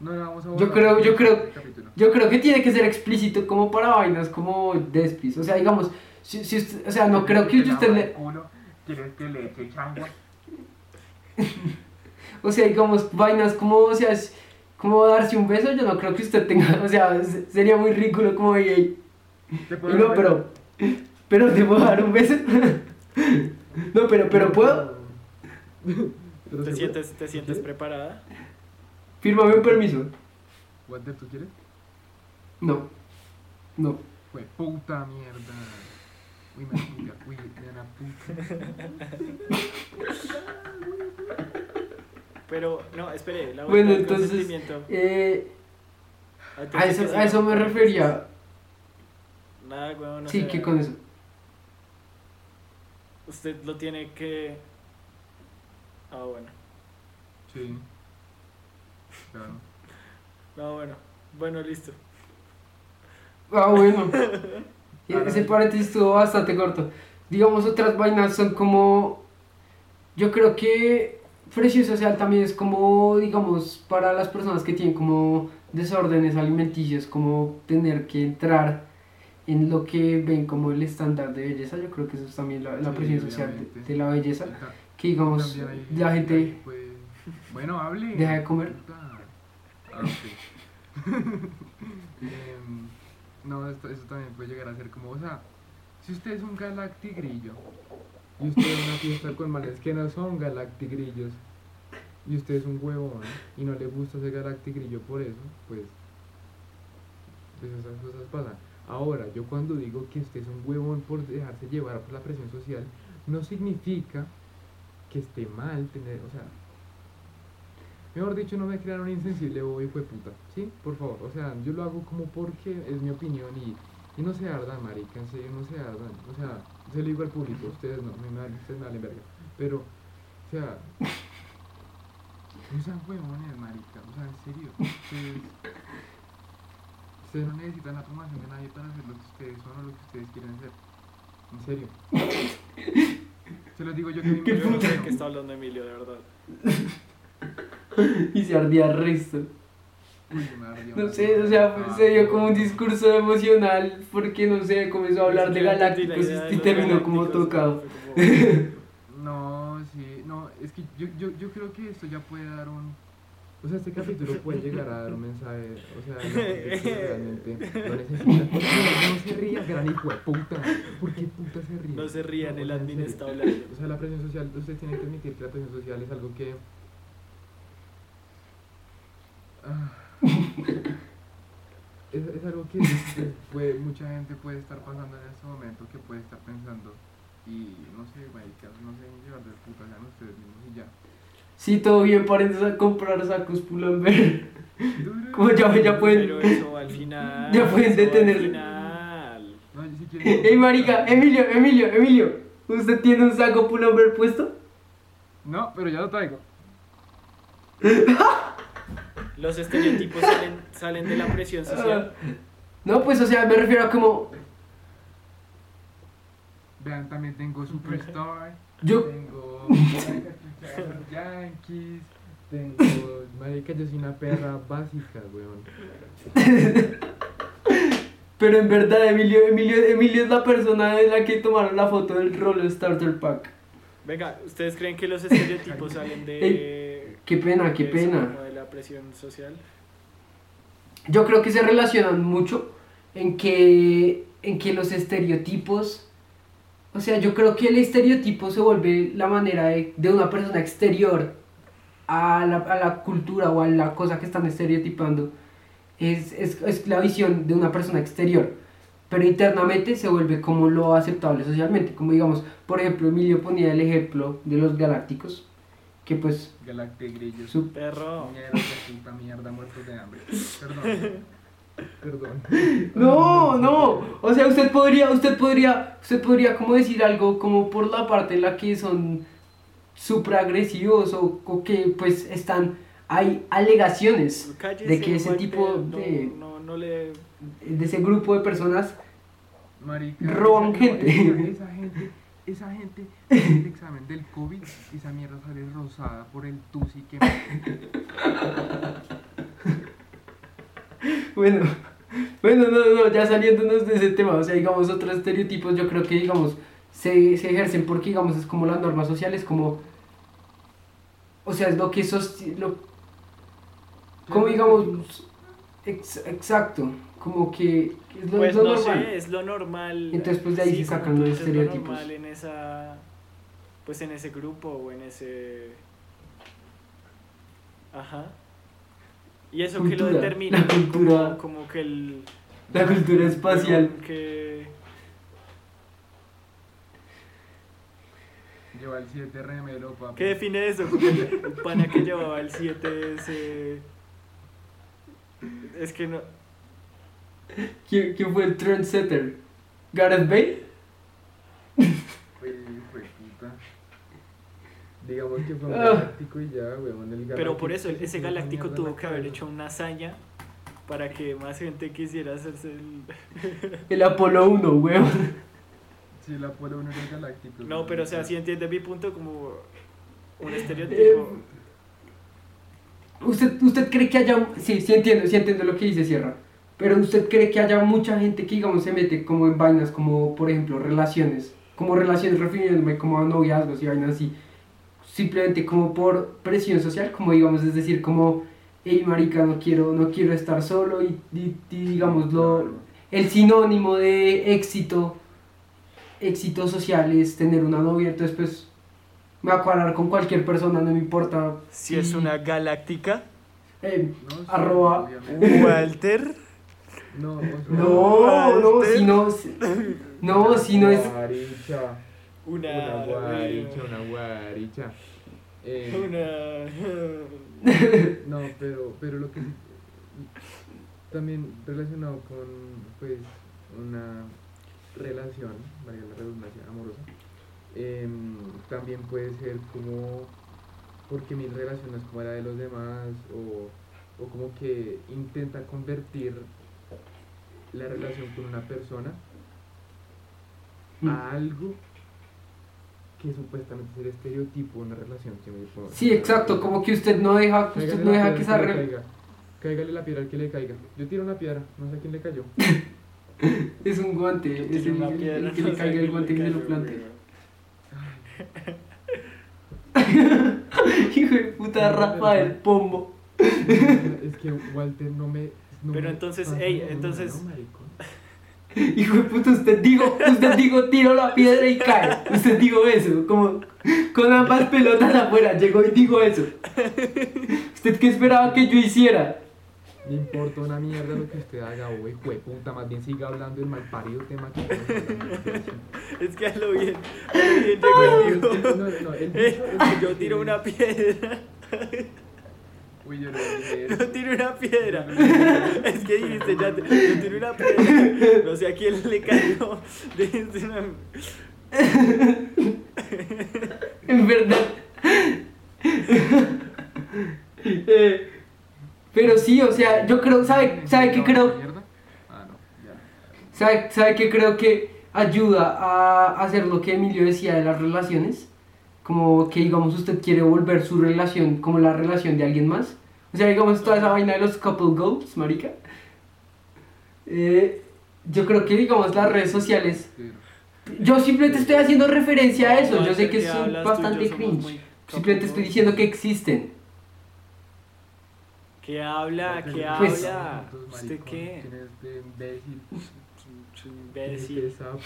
S3: No la vamos a
S1: Yo
S3: borrar.
S1: creo- yo creo-
S3: Capítulo.
S1: Yo creo que tiene que ser explícito como para vainas como despis. O sea, digamos, Si, si usted- o sea, no creo que usted le...
S3: ¿Quieres que le eche changua?
S1: O sea, digamos, vainas como, o sea, es- como darse un beso, yo no creo que usted tenga, o sea, se- sería muy ridículo como, "Ey, ey,
S3: ¿Te puedo
S1: No,
S3: dar-
S1: pero. Pero te puedo dar un beso. No, pero, pero puedo.
S4: Pero
S2: ¿Te
S4: seguro.
S2: sientes, te sientes preparada?
S1: Fírmame un permiso.
S3: Walter, ¿tú quieres?
S1: No. No.
S3: Pues puta mierda. Uy, me puta, uy, me la puta.
S2: Pero, no, espere, la vuelta
S1: Bueno,
S2: del
S1: entonces,
S2: consentimiento.
S1: Eh,
S2: Ahí
S1: a,
S2: tiene que
S1: eso,
S2: ser
S1: a eso me
S2: una-
S1: refería.
S2: Nada, huevón, no
S1: Sí,
S2: sea,
S1: que con eso.
S2: Usted lo tiene que... Ah, bueno.
S3: Sí. Claro.
S2: No, bueno. Bueno, listo.
S1: Ah, bueno. E- Ese paréntesis estuvo bastante corto. Digamos, otras vainas son como. Yo creo que precio social también es como, digamos, para las personas que tienen como desórdenes alimenticios, como tener que entrar en lo que ven como el estándar de belleza. Yo creo que eso es también la, la
S3: Sí,
S1: presión social de- de,
S3: obviamente.
S1: la belleza.
S3: Está-
S1: Que digamos,
S3: también hay-
S1: la gente.
S3: pues, bueno, hable.
S1: deja de comer.
S3: Puta. Ah, ok. Em, no, esto, eso también puede llegar a ser como, o sea, si usted es un galactigrillo,
S4: Y usted en una fiesta con manes que no son galactigrillos. Y usted es un huevón y no le gusta ese galactigrillo por eso, pues. pues esas cosas pasan. Ahora, yo cuando digo que usted es un huevón por dejarse llevar por la presión social, no significa que esté mal tener, o sea. Mejor dicho, no me crean un insensible o hijo de puta, ¿sí? Por favor, o sea, yo lo hago como porque es mi opinión y y no se ardan, marica, en serio, no se ardan. O sea, se lo digo al público, ustedes no, a mí me valen- ustedes me valen verga. Pero, o sea,
S3: no sean huevones, marica, o sea, en serio, ustedes, ustedes no necesitan la aprobación de nadie para hacer lo que ustedes son o lo que ustedes quieren ser.
S4: en serio.
S3: Se los digo yo que a mí
S1: Qué
S3: me
S2: Yo no
S1: puta.
S2: sé de qué está hablando Emilio, de verdad.
S1: Y se ardía resto.
S3: Uy, me ardió.
S1: No sé, o sea, pues,
S3: Ah,
S1: se dio como un discurso emocional porque no sé, comenzó a hablar de
S2: Ni siquiera Pues
S1: galácticos
S2: entendí la idea de
S1: y
S2: los
S1: terminó como
S2: galácticos,
S1: tocado.
S2: pero fue como-
S3: No, sí, no, es que yo, yo, yo creo que esto ya puede dar un...
S4: O sea, este capítulo puede llegar a dar un mensaje, o sea, la gente que realmente lo necesita. No, no se rían, gran hijo de puta. ¿Por qué puta se ríen?
S2: No se rían,
S4: No,
S2: el
S4: o sea, en
S2: admin este
S4: serio.
S2: está hablando.
S4: O sea, la presión social, ustedes tienen que admitir que la presión social es algo que...
S3: Ah,
S4: Es, es algo que ustedes
S3: puede- mucha gente puede estar pasando en este momento que puede estar pensando y no sé, marica, no sé llevar de puta, sean ustedes mismos y ya.
S1: Sí, todo bien, paren a comprar sacos Pull&Bear. Como ya, ya
S2: Pero
S1: pueden.
S2: eso al final.
S1: Ya pueden
S2: eso al
S1: detenerlo.
S2: final.
S3: No, yo sí quiero...
S1: Ey, marica, Emilio, Emilio, Emilio. ¿Usted tiene un saco Pull&Bear puesto?
S3: No, pero ya lo traigo.
S2: Los estereotipos salen, salen de la presión
S1: Ah.
S2: social.
S1: No, pues, o sea, me refiero a como.
S3: Vean, también tengo Superstar,
S1: Yo.
S3: tengo Yankees,
S4: tengo... Marica, yo soy una perra básica, weón.
S1: Pero en verdad, Emilio, Emilio, Emilio es la persona de la que tomaron la foto del Roller Starter Pack.
S2: Venga, ¿ustedes creen que los estereotipos salen de.
S1: Qué pena, qué
S2: de eso,
S1: pena.
S2: como de la presión social?
S1: Yo creo que se relacionan mucho en que, en que los estereotipos, o sea, yo creo que el estereotipo se vuelve la manera de, de una persona exterior a la, a la cultura o a la cosa que están estereotipando. Es, es, es la visión de una persona exterior, pero internamente se vuelve como lo aceptable socialmente. Como digamos, por ejemplo, Emilio ponía el ejemplo de los galácticos, que pues
S3: Galactigrillos,
S1: su
S2: Perro.
S3: Ñeros de puta mierda, muertos de hambre. Perdón.
S4: Perdón.
S1: No, no. O sea, usted podría, usted podría, usted podría como decir algo como por la parte en la que son supraagresivos o, o que pues están, hay alegaciones
S2: Cállese,
S1: de que ese
S2: Walter,
S1: tipo
S2: no-
S1: de,
S2: No, no le.
S1: de ese grupo de personas,
S3: Marica.
S1: Roban
S3: esa-
S1: gente.
S3: Esa, esa gente, esa gente, hace el examen del COVID, y esa mierda sale rosada por el tusi que me...
S1: bueno, Bueno, no, no, ya saliéndonos de ese tema, o sea, digamos, otros estereotipos yo creo que, digamos, se, se ejercen porque, digamos, es como las normas sociales, como, o sea, es lo que sostiene, lo, como, digamos, ex- exacto, como que es lo,
S2: Pues
S1: lo
S2: no
S1: normal.
S2: sé, es lo normal.
S1: Entonces, pues, de ahí se
S2: como
S1: sacan
S2: tú
S1: los
S2: dices,
S1: estereotipos.
S2: Lo normal en esa. Pues en ese grupo o en ese. Ajá. Y eso que lo
S1: Cultura,
S2: determina.
S1: la cultura.
S2: Como, como que el.
S1: La cultura espacial.
S2: como Que.
S6: Lleva el 7 remelo, papi.
S2: ¿Qué define eso? Como el el pana que llevaba el 7 ese. Es que no.
S1: ¿Quién, quién fue el trendsetter? ¿Gareth Bale?
S3: Fue, fue puta. Digamos que fue un
S1: Ah.
S3: galáctico y ya, weón. El
S2: Pero por eso,
S3: galáctico sí
S2: ese
S3: tenía
S2: galáctico
S3: mierda en la
S2: tuvo que haber
S3: cabeza.
S2: hecho una hazaña para que más gente quisiera hacerse el.
S1: El Apolo 1, weón.
S6: Sí, el Apolo 1 era galáctico.
S2: No, pero o sea, si entiendes mi punto como un
S1: Eh,
S2: estereotipo.
S1: ¿Usted, ¿Usted cree que haya.? Sí, sí entiendo, sí entiendo lo que dice Sierra. Pero ¿usted cree que haya mucha gente que, digamos, se mete como en vainas, como por ejemplo relaciones? Como relaciones, refiriéndome como a noviazgos y vainas así. Simplemente como por presión social, como digamos, es decir, como. Ey, marica, no quiero, no quiero estar solo y, y- y, digamos, lo, el sinónimo de éxito, éxito social es tener una novia, entonces pues me voy a cuadrar con cualquier persona, no me importa.
S2: Si es una galáctica,
S1: Eh,
S6: No, sí,
S1: Arroba.
S6: obviamente.
S2: Walter.
S3: No, o sea,
S1: No, no, si no, si- no, si no es.
S3: Guaricha. Una
S2: Una.
S3: guaricha, una guaricha. Eh,
S2: Una.
S1: Eh,
S3: No, pero, pero lo que sí- también relacionado con pues una relación, valga la redundancia, amorosa, em, también puede ser como porque mi relación no es como la de los demás o, o como que intenta convertir la relación con una persona
S1: Mm.
S3: a algo que supuestamente es el estereotipo de una relación. ¿sí me puedo-
S1: Sí, exacto, como que usted no deja, usted
S3: Cáigale
S1: no
S3: la
S1: Ah, pues, deja
S3: piedra
S1: que
S3: al
S1: esa
S3: le
S1: re-
S3: caiga. Cáigale la piedra al que le caiga. Yo tiro una piedra, no sé a quién le cayó.
S1: es un guante, es el,
S2: Una
S1: el-
S2: piedra,
S1: el que
S2: no
S1: le
S2: sé
S1: caiga
S2: quién
S1: el guante y
S2: le
S1: que lo
S2: cayó,
S1: plante.
S2: weón.
S1: Hijo de puta Rafa del pombo.
S3: es que Walter no me. no
S2: Pero
S3: me
S2: entonces,
S3: pasa
S2: ey,
S3: nada,
S2: entonces-
S3: ¿no, maricón?
S1: Hijo de puta, usted dijo, usted dijo tiro la piedra y cae. Usted dijo eso, como con ambas pelotas afuera, llegó y dijo eso. ¿Usted qué esperaba que yo hiciera?
S3: Me importa una mierda lo que usted haga, güey, puta. Más bien siga hablando del mal parido tema que.
S2: Es que hazlo bien. Hazlo bien, llegó el
S3: No,
S2: digo.
S3: no, no, el bicho-
S2: Eh, Yo tiro una piedra.
S6: Uy, yo lo dije.
S2: Yo tiro una piedra. Es que dijiste, ya te, yo tiro una piedra. No sé a quién le cayó. Dijiste una-
S1: En verdad. Eh, pero sí, o sea, yo creo, ¿sabe, sabe qué creo?
S6: Mierda. Ah, no, ya.
S1: ¿Sabe, sabe qué creo que ayuda a hacer lo que Emilio decía de las relaciones? Como que, digamos, usted quiere volver su relación como la relación de alguien más. O sea, digamos, toda esa vaina de los couple goals, marica. Eh, yo creo que, digamos, las redes sociales.
S6: Pero-
S1: Yo simplemente estoy haciendo referencia a eso. Yo sé que
S2: Walter, ya
S1: es
S2: hablas tú,
S1: bastante
S2: yo somos muy
S1: cringe. Simplemente estoy diciendo que existen.
S2: ¿Qué habla? ¿Qué
S1: Pues-
S2: habla?
S6: Entonces,
S2: ¿Usted
S6: maricón,
S2: qué?
S6: ¿Quién es de imbécil?
S2: Es un
S3: Este
S2: Imbécil.
S3: sapo.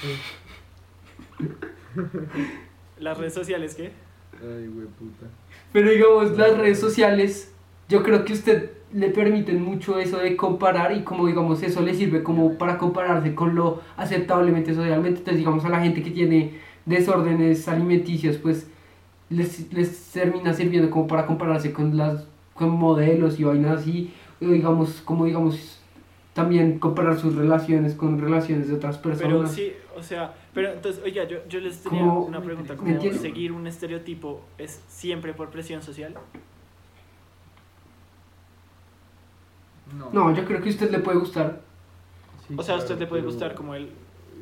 S2: ¿Las redes sociales qué?
S3: Ay, güey, puta.
S1: Pero digamos, las redes sociales, yo creo que a usted le permiten mucho eso de comparar y como digamos eso le sirve como para compararse con lo aceptablemente socialmente. Entonces digamos a la gente que tiene desórdenes alimenticios, pues les, les termina sirviendo como para compararse con las con modelos y vainas así, o digamos, como digamos también comparar sus relaciones con relaciones de otras
S2: Pero
S1: personas.
S2: sí, o sea, pero entonces, oiga, yo, yo les tenía
S1: ¿Cómo?
S2: una pregunta,
S1: ¿Me
S2: ¿cómo
S1: entiendes?
S2: seguir un estereotipo es siempre por presión social?
S6: No.
S1: No, yo creo que a usted le puede gustar.
S3: Sí,
S2: O sea, a usted
S3: claro,
S2: le puede
S3: pero-
S2: gustar como él.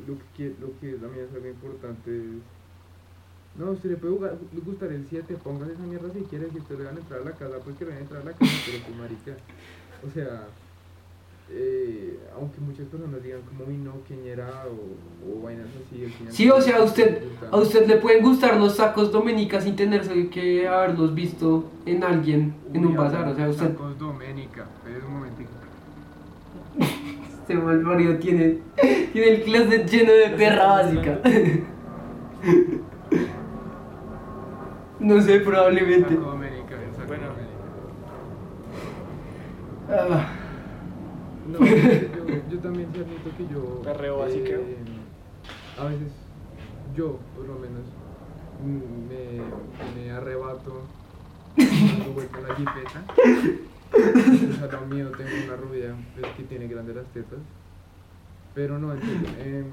S3: lo que, quie- lo que también es algo importante es... No, usted le puede jugar- gustar el 7, póngase esa mierda si quiere, si usted le van a entrar a la casa, pues que le van a entrar a la casa, pero tu marica. O pues, sea, eh, aunque muchas personas digan como, uy, no, quién era, o, o vainas así. al final-
S1: Sí, o sea, a usted, a usted le pueden gustar los sacos dominicas sin tenerse que haberlos visto en alguien, en un
S7: Uy,
S1: bazar. O sea, usted,
S7: Tacos Doménica, pero es un momentico.
S1: este mal marido tiene, tiene el closet lleno de perra básica. No sé, probablemente.
S7: Taco Doménica, el saco
S2: Bueno.
S7: Doménica.
S1: Ah.
S3: No, yo, yo también sí admito que yo. eh,
S2: Perreo básico.
S3: A veces, yo por lo menos, mm, me, me arrebato. Cuando voy con la jipeta. O sea, lo mío, tengo una rubia pues, que tiene grandes las tetas. Pero no, en serio, em,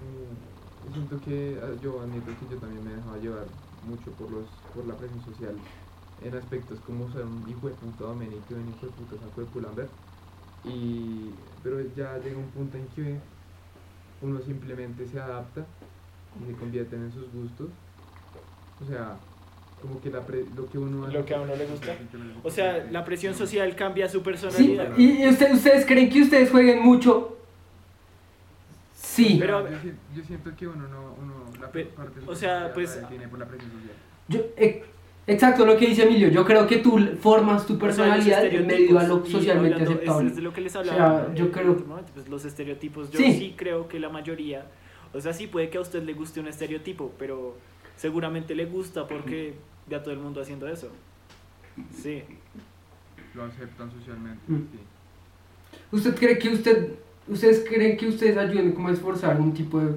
S3: siento que ah, yo admito que yo también me dejaba llevar mucho por, los, por la presión social en aspectos como ser un hijo de puta domenico, un hijo de puta saco de culamber. Y, pero ya llega un punto en que uno simplemente se adapta y se convierte en sus gustos. O sea, como que la pre- lo que uno hace-
S2: Lo que a uno le gusta. O sea, la presión social cambia su
S1: Sí,
S2: personalidad.
S1: y, y usted- ustedes creen que ustedes jueguen mucho. Sí.
S2: Pero-
S7: yo, si- yo siento que uno no, uno, la
S2: Pe-
S7: parte
S2: o sea,
S7: social
S2: pues-
S7: la tiene por la presión social.
S1: Yo- e- exacto lo que dice Emilio. Yo creo que tú formas tu
S2: O sea, los
S1: personalidad en medio a lo
S2: estereotipos, y
S1: socialmente
S2: hablando- es-
S1: aceptable.
S2: Es de lo que les
S1: O sea,
S2: hablaba.
S1: yo
S2: eh,
S1: creo-
S2: últimamente, pues, los estereotipos, yo
S1: Sí.
S2: sí. creo que la mayoría. O sea, sí puede que a usted le guste un estereotipo, pero seguramente le gusta porque ve a todo el mundo haciendo eso. Sí.
S7: Lo aceptan socialmente,
S1: Mm.
S7: sí.
S1: ¿Usted cree que usted, ustedes creen que ustedes ayuden como a esforzar un tipo de,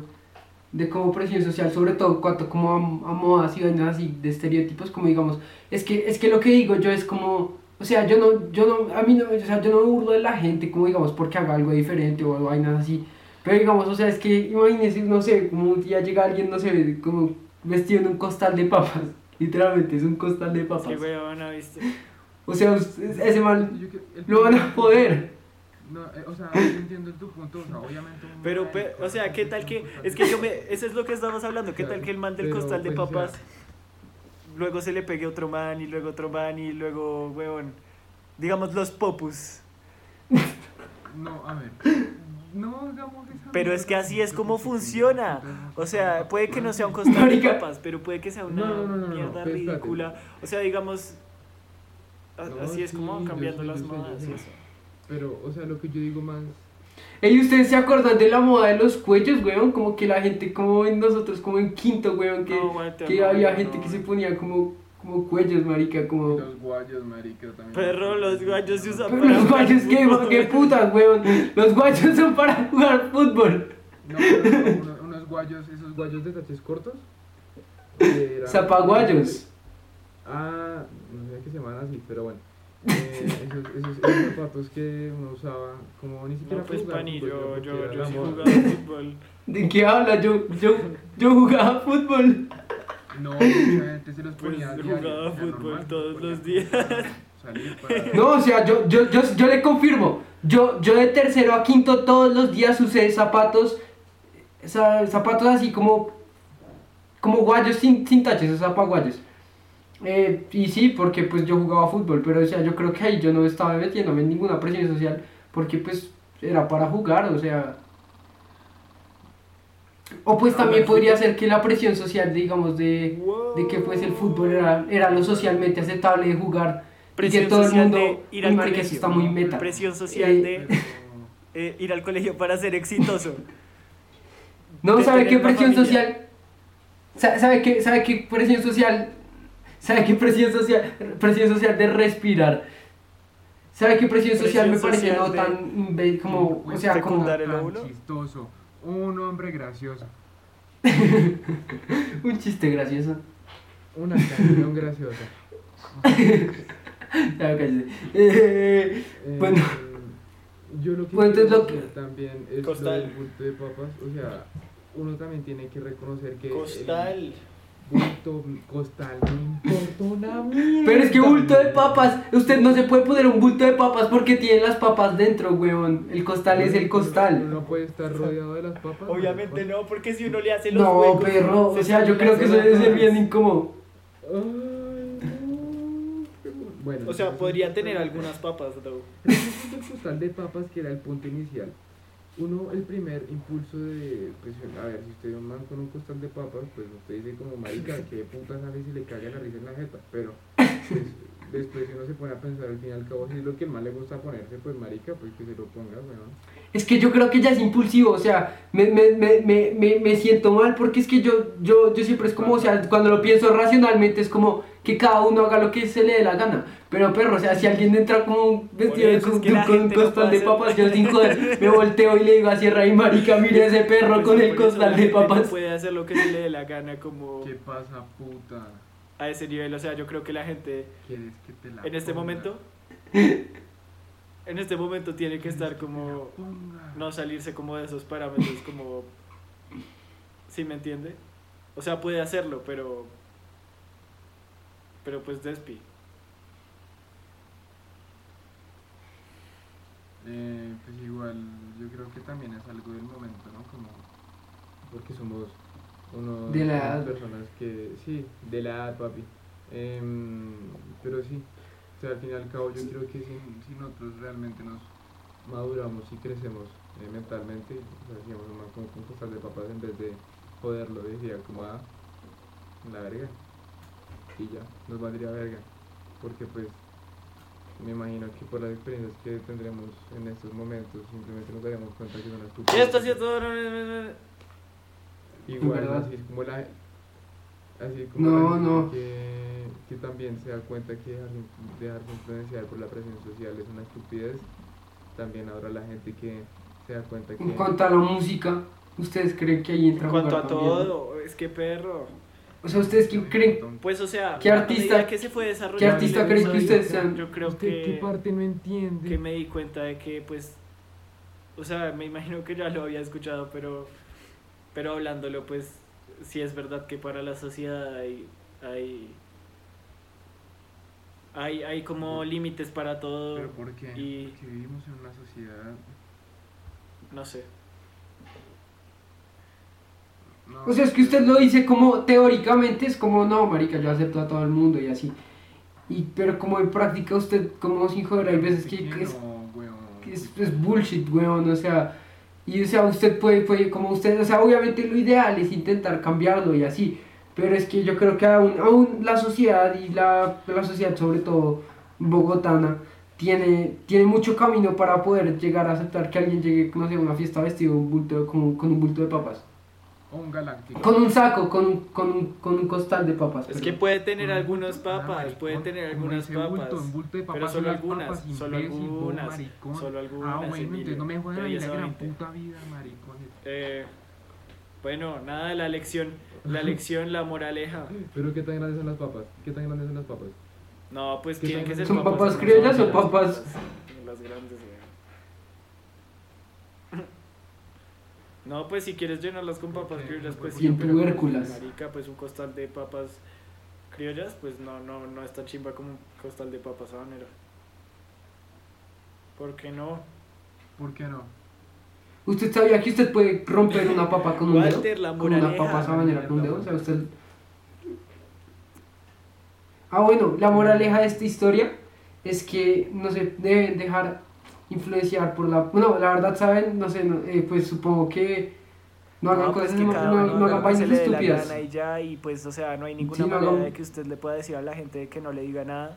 S1: de como presión social, sobre todo cuanto como a, a modas y vainas así de estereotipos, como digamos, es que es que lo que digo yo es como, o sea, yo no yo no a mí no, o sea, yo no me burlo de la gente, como digamos, porque haga algo diferente o vainas así. Pero digamos, o sea, es que imagínense, no sé, como un día llega alguien, no sé, como vestido en un costal de papas. Literalmente es un costal de papas.
S2: Qué huevón, ¿no? ¿Viste?
S1: O sea, usted- ese mal
S7: Yo que- el-
S1: lo van a poder.
S7: No, eh, o sea, yo entiendo tu punto, o sea, obviamente... uno-
S2: Pero, pe- o sea, ¿qué tal que.?
S3: pues,
S2: Es que yo me. Eso es lo que estamos hablando. ¿Qué tal que el man del
S3: Pero,
S2: costal de
S3: pues, o sea-
S2: papas. Luego se le pegue otro man, y luego otro man, y luego, huevón. Digamos los popus.
S7: No, a ver. No hagamos esa...
S2: Pero es que así es como funciona. O sea, puede que no sea un costal de
S1: Marica.
S2: papas, pero puede que sea una
S3: No, no, no, no, no,
S2: mierda
S3: pero espérate.
S2: ridícula. O sea, digamos. a-
S3: No,
S2: así es
S3: sí,
S2: como
S3: yo
S2: cambiando
S3: sé, yo
S2: las
S3: sé, yo
S2: modas y
S3: sé.
S2: eso.
S3: Pero, o sea, lo que yo digo más.
S1: Ey, ¿ustedes se acuerdan de la moda de los cuellos, weón? Como que la gente, como en nosotros, como en quinto, weón, que,
S2: No, aguanta,
S1: que
S2: no,
S1: había
S2: no,
S1: gente que
S2: no.
S1: se ponía como, como cuellos, marica, como...
S7: Los guayos, marica, también.
S2: Oh. Perro, los guayos se usan
S1: Pero los guayos, ¿qué, qué putas, weón? Los guayos son para jugar fútbol.
S7: No, pero uno- unos guayos, esos
S3: ¿Los
S7: guayos...
S3: guayos de taches cortos? que eran-
S1: Zapaguayos.
S3: Ah, no sé qué se llaman así, pero bueno. Eh, esos, esos, esos zapatos que uno usaba, como ni siquiera
S2: No, pues,
S3: para jugar
S2: Pani,
S3: fútbol,
S2: yo,
S3: porque
S2: yo,
S3: era
S2: yo
S3: la
S2: sí
S3: moda.
S2: jugaba al fútbol.
S1: ¿De qué habla? Yo, yo, yo jugaba fútbol.
S7: No, mucha gente se los
S2: Pues
S7: ponía a diario,
S2: jugaba
S7: era
S2: fútbol
S7: normal,
S2: todos
S7: ponía
S2: los días.
S7: Salir para...
S1: No, o sea, yo, yo, yo, yo le confirmo. Yo, yo de tercero a quinto todos los días usé zapatos, za- zapatos así como, como guayos sin, sin taches, o zapaguayos. Eh, y sí, porque pues yo jugaba fútbol, pero o sea, yo creo que ahí yo no estaba metiéndome en ninguna presión social, porque pues era para jugar, o sea... O pues también podría ser que la presión social, digamos, de, de que pues el fútbol era, era lo socialmente aceptable de jugar y que
S2: Presión
S1: todo el
S2: social
S1: mundo
S2: de ir al
S1: uy, marica,
S2: colegio.
S1: eso está muy meta
S2: Presión social
S1: Eh,
S2: de eh, ir al colegio para ser exitoso.
S1: no
S2: de
S1: sabe
S2: tener
S1: qué
S2: una
S1: presión
S2: familia.
S1: social sa- sabe qué sabe qué presión social sabe qué presión social presión social de respirar sabe qué presión social
S2: Presión
S1: me parece
S2: social
S1: no
S2: de-
S1: tan imbe- como o sea como
S2: secundar el
S7: tan
S2: óvulo.
S7: chistoso. Un hombre gracioso.
S1: un chiste gracioso
S3: Una canción graciosa.
S1: Ya, cállese. Eh,
S3: Eh,
S1: Bueno.
S3: Yo lo que
S1: Bueno, entonces
S3: quiero
S1: lo que-
S3: decir también es lo
S2: Costal.
S3: del bulto de papas. O sea, uno también tiene que reconocer que. el
S2: Costal.
S3: Bulto costal no importa una mierda.
S1: pero es que bulto de papas usted no se puede poner un bulto de papas porque tiene las papas dentro huevón el costal es el costal
S3: Uno no puede estar rodeado de las papas.
S2: Obviamente no, porque si uno le hace los
S1: No,
S2: huecos,
S1: perro, o
S2: se
S1: sea, yo
S2: sale
S1: creo que
S2: la
S1: eso debe
S2: zona.
S1: ser bien incómodo.
S3: Ay, no.
S4: Bueno,
S2: O sea,
S4: entonces,
S2: podría tener algunas papas, though.
S4: Ese es el total de papas que era el punto inicial. Uno, el primer impulso de, pues, a ver, si usted es un man con un costal de papas, pues usted dice como, marica, que puta sale si le caga la risa en la jeta, pero pues, después uno se pone a pensar, al fin y al cabo, si es lo que más le gusta ponerse, pues marica, pues que se lo ponga, weón.
S1: Es que yo creo que ya es impulsivo, o sea, me, me, me, me, me- me siento mal porque es que yo, yo, yo siempre es como, o sea, cuando lo pienso racionalmente es como que cada uno haga lo que se le dé la gana. Pero perro, o sea, si alguien entra con vestido de
S2: eso es
S1: con,
S2: que la
S1: con un
S2: gente no
S1: costal de
S2: puede hacer-
S1: papas, yo sin joder me volteo y le digo a Sierra y marica, mire a ese perro
S2: Pues
S1: con
S2: sí,
S1: el
S2: por eso la
S1: costal de
S2: gente no
S1: papas.
S2: puede hacer lo que se le dé la gana como
S3: ¿Qué pasa, puta?
S2: a ese nivel. O sea, yo creo que la gente
S3: ¿Quieres que te la
S2: en este
S3: ponga?
S2: momento, en este momento tiene que estar como
S3: Ponga.
S2: no salirse como de esos parámetros, como, ¿sí me entiende? O sea, puede hacerlo, pero, pero pues despi.
S3: Eh, pues igual, yo creo que también es algo del momento, ¿no? Como
S4: Porque somos unos,
S1: De la
S4: unas
S1: edad.
S4: personas que, sí, de la edad, papi. Em, pero sí, o sea, al fin y al cabo, yo creo que sí,
S3: si nosotros realmente nos...
S4: maduramos y crecemos eh, mentalmente, o sea, decíamos nomás como con cosas de papás en vez de joderlo, decía como a la verga. Y ya, nos valdría verga. Porque pues me imagino que por las experiencias que tendremos en estos momentos simplemente nos daremos cuenta que son
S2: Y
S4: estúpidas.
S2: esto ha sido todo. no, no, no, no.
S4: Igual
S1: ¿Verdad?
S4: así es como la así es como
S1: No,
S4: la gente
S1: no.
S4: Que, que también se da cuenta que dejarse, dejarse influenciar por la presión social es una estupidez. También ahora la gente que se da cuenta que
S1: En cuanto a la música, ¿ustedes creen que ahí entra
S2: En cuanto a
S1: jugar también?
S2: todo, es que perro.
S1: O sea, ¿ustedes qué creen?
S2: Pues o sea,
S1: ¿Qué
S2: a
S1: artista-
S2: medida que se fue desarrollando
S1: ¿Qué artista
S2: la
S1: creen que
S2: música,
S1: ustedes sean?
S2: Yo creo
S4: ¿Usted qué
S2: que,
S4: parte no entiende?
S2: que me di cuenta de que pues, o sea, me imagino que ya lo había escuchado, pero, pero hablándolo pues, sí es verdad que para la sociedad hay, hay, hay, hay como límites para todo
S3: ¿Pero por qué?
S2: y-
S3: Porque vivimos en una sociedad...
S2: no sé.
S3: No,
S1: O sea, es que usted lo dice como teóricamente, es como, no, marica, yo acepto a todo el mundo y así. Y, pero como en práctica usted, como sin joder, hay veces que, que es,
S3: No, weón.
S1: que es, es bullshit, weón, o sea... Y, o sea, usted puede, puede, como usted, o sea, obviamente lo ideal es intentar cambiarlo y así. Pero es que yo creo que aún, aún la sociedad y la, la sociedad, sobre todo bogotana, tiene, tiene mucho camino para poder llegar a aceptar que alguien llegue, no sé, a una fiesta vestido un bulto, con, con un bulto de papas.
S3: O un galáctico.
S1: Con un saco, con, un- con, un- con un costal de papas.
S2: Es que
S1: perdón.
S2: puede tener
S3: Con un
S2: algunos
S3: bulto, nada,
S2: papas,
S3: maricón,
S2: puede tener
S3: como
S2: algunas
S3: dice bulto,
S2: papas.
S3: un bulto de papas
S2: pero
S3: son
S2: solo
S3: las
S2: algunas,
S3: papas,
S2: solo
S3: imbécil, bobo,
S2: algunas,
S3: maricón.
S2: solo algunas.
S3: Ah, bueno, entonces
S2: Emilio.
S3: no me
S2: Pero
S3: jodan
S2: ya
S3: en la
S2: saben,
S3: gran
S2: te-
S3: puta vida, maricones.
S2: Eh, bueno, nada de la lección. La lección, la moraleja.
S4: Pero qué tan grandes son las papas? ¿Qué tan grandes son las papas?
S2: No, pues
S4: ¿Qué
S2: tienen que
S4: son-
S2: ser
S1: son
S2: papas.
S1: papas
S2: no
S1: criollas
S2: son
S1: o
S2: las-
S1: papas?
S2: Las, las grandes, güey. No, pues si quieres llenarlas con papas
S3: Ok,
S2: criollas, pues
S3: pues,
S1: Cien
S2: pero,
S1: tubérculas.
S2: Marica, pues un costal de papas criollas, pues no, no, no está chimba como un costal de papas habanero. ¿Por qué no?
S3: ¿Por qué no?
S1: ¿Usted sabía que usted puede romper una papa con un dedo?
S2: Walter, la
S1: Con una
S2: moraleja.
S1: papa sabanera con un dedo, o sea, usted... Ah, bueno, la moraleja de esta historia es que no se deben dejar influenciar por la... Bueno, la verdad, ¿saben? No sé, no, eh, pues supongo que no hagan
S2: pues
S1: cosas,
S2: que
S1: no, no-
S2: cada uno
S1: no
S2: haga
S1: hagan
S2: lo que se
S1: vainas
S2: le dé la
S1: estúpidas.
S2: gana Y ya, y pues, o sea, no hay ninguna
S1: Sí, no
S2: manera
S1: hagan-
S2: de que usted le pueda decir a la gente que no le diga nada.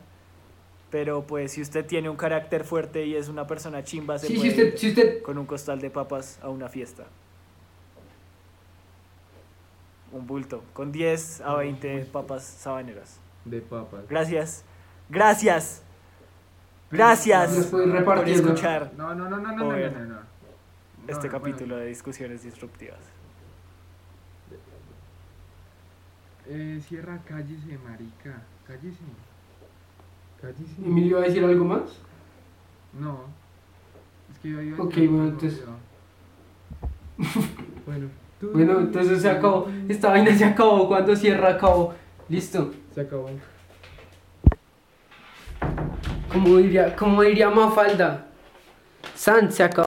S2: Pero pues, si usted tiene un carácter fuerte y es una persona chimba, se
S1: Sí, si
S2: puede
S1: usted,
S2: ir
S1: si usted...
S2: con un costal de papas a una fiesta. Un bulto, con 10 a
S1: pues,
S2: 20 papas sabaneras.
S4: De papas.
S2: Gracias, gracias Gracias.
S1: Las puede ir
S2: por
S1: repartiendo.
S2: escuchar
S3: No, no, no, no, no, no,
S2: Joder.
S3: no, no, no.
S2: este
S3: No,
S2: capítulo
S3: bueno,
S2: de discusiones disruptivas.
S3: eh, cierra, cállese, marica. Cállese.
S4: Cállese.
S1: ¿Emilio va a decir algo más?
S3: No. Es que yo iba a
S1: Ok,
S3: decir
S1: bueno,
S3: algo,
S1: entonces-
S3: pero-
S4: Bueno.
S1: Bueno, entonces se acabó. Esta vaina se acabó. Cuando cierra, acabó. Listo.
S4: Se acabó.
S1: Como diría, como diría Mafalda, San se acabó.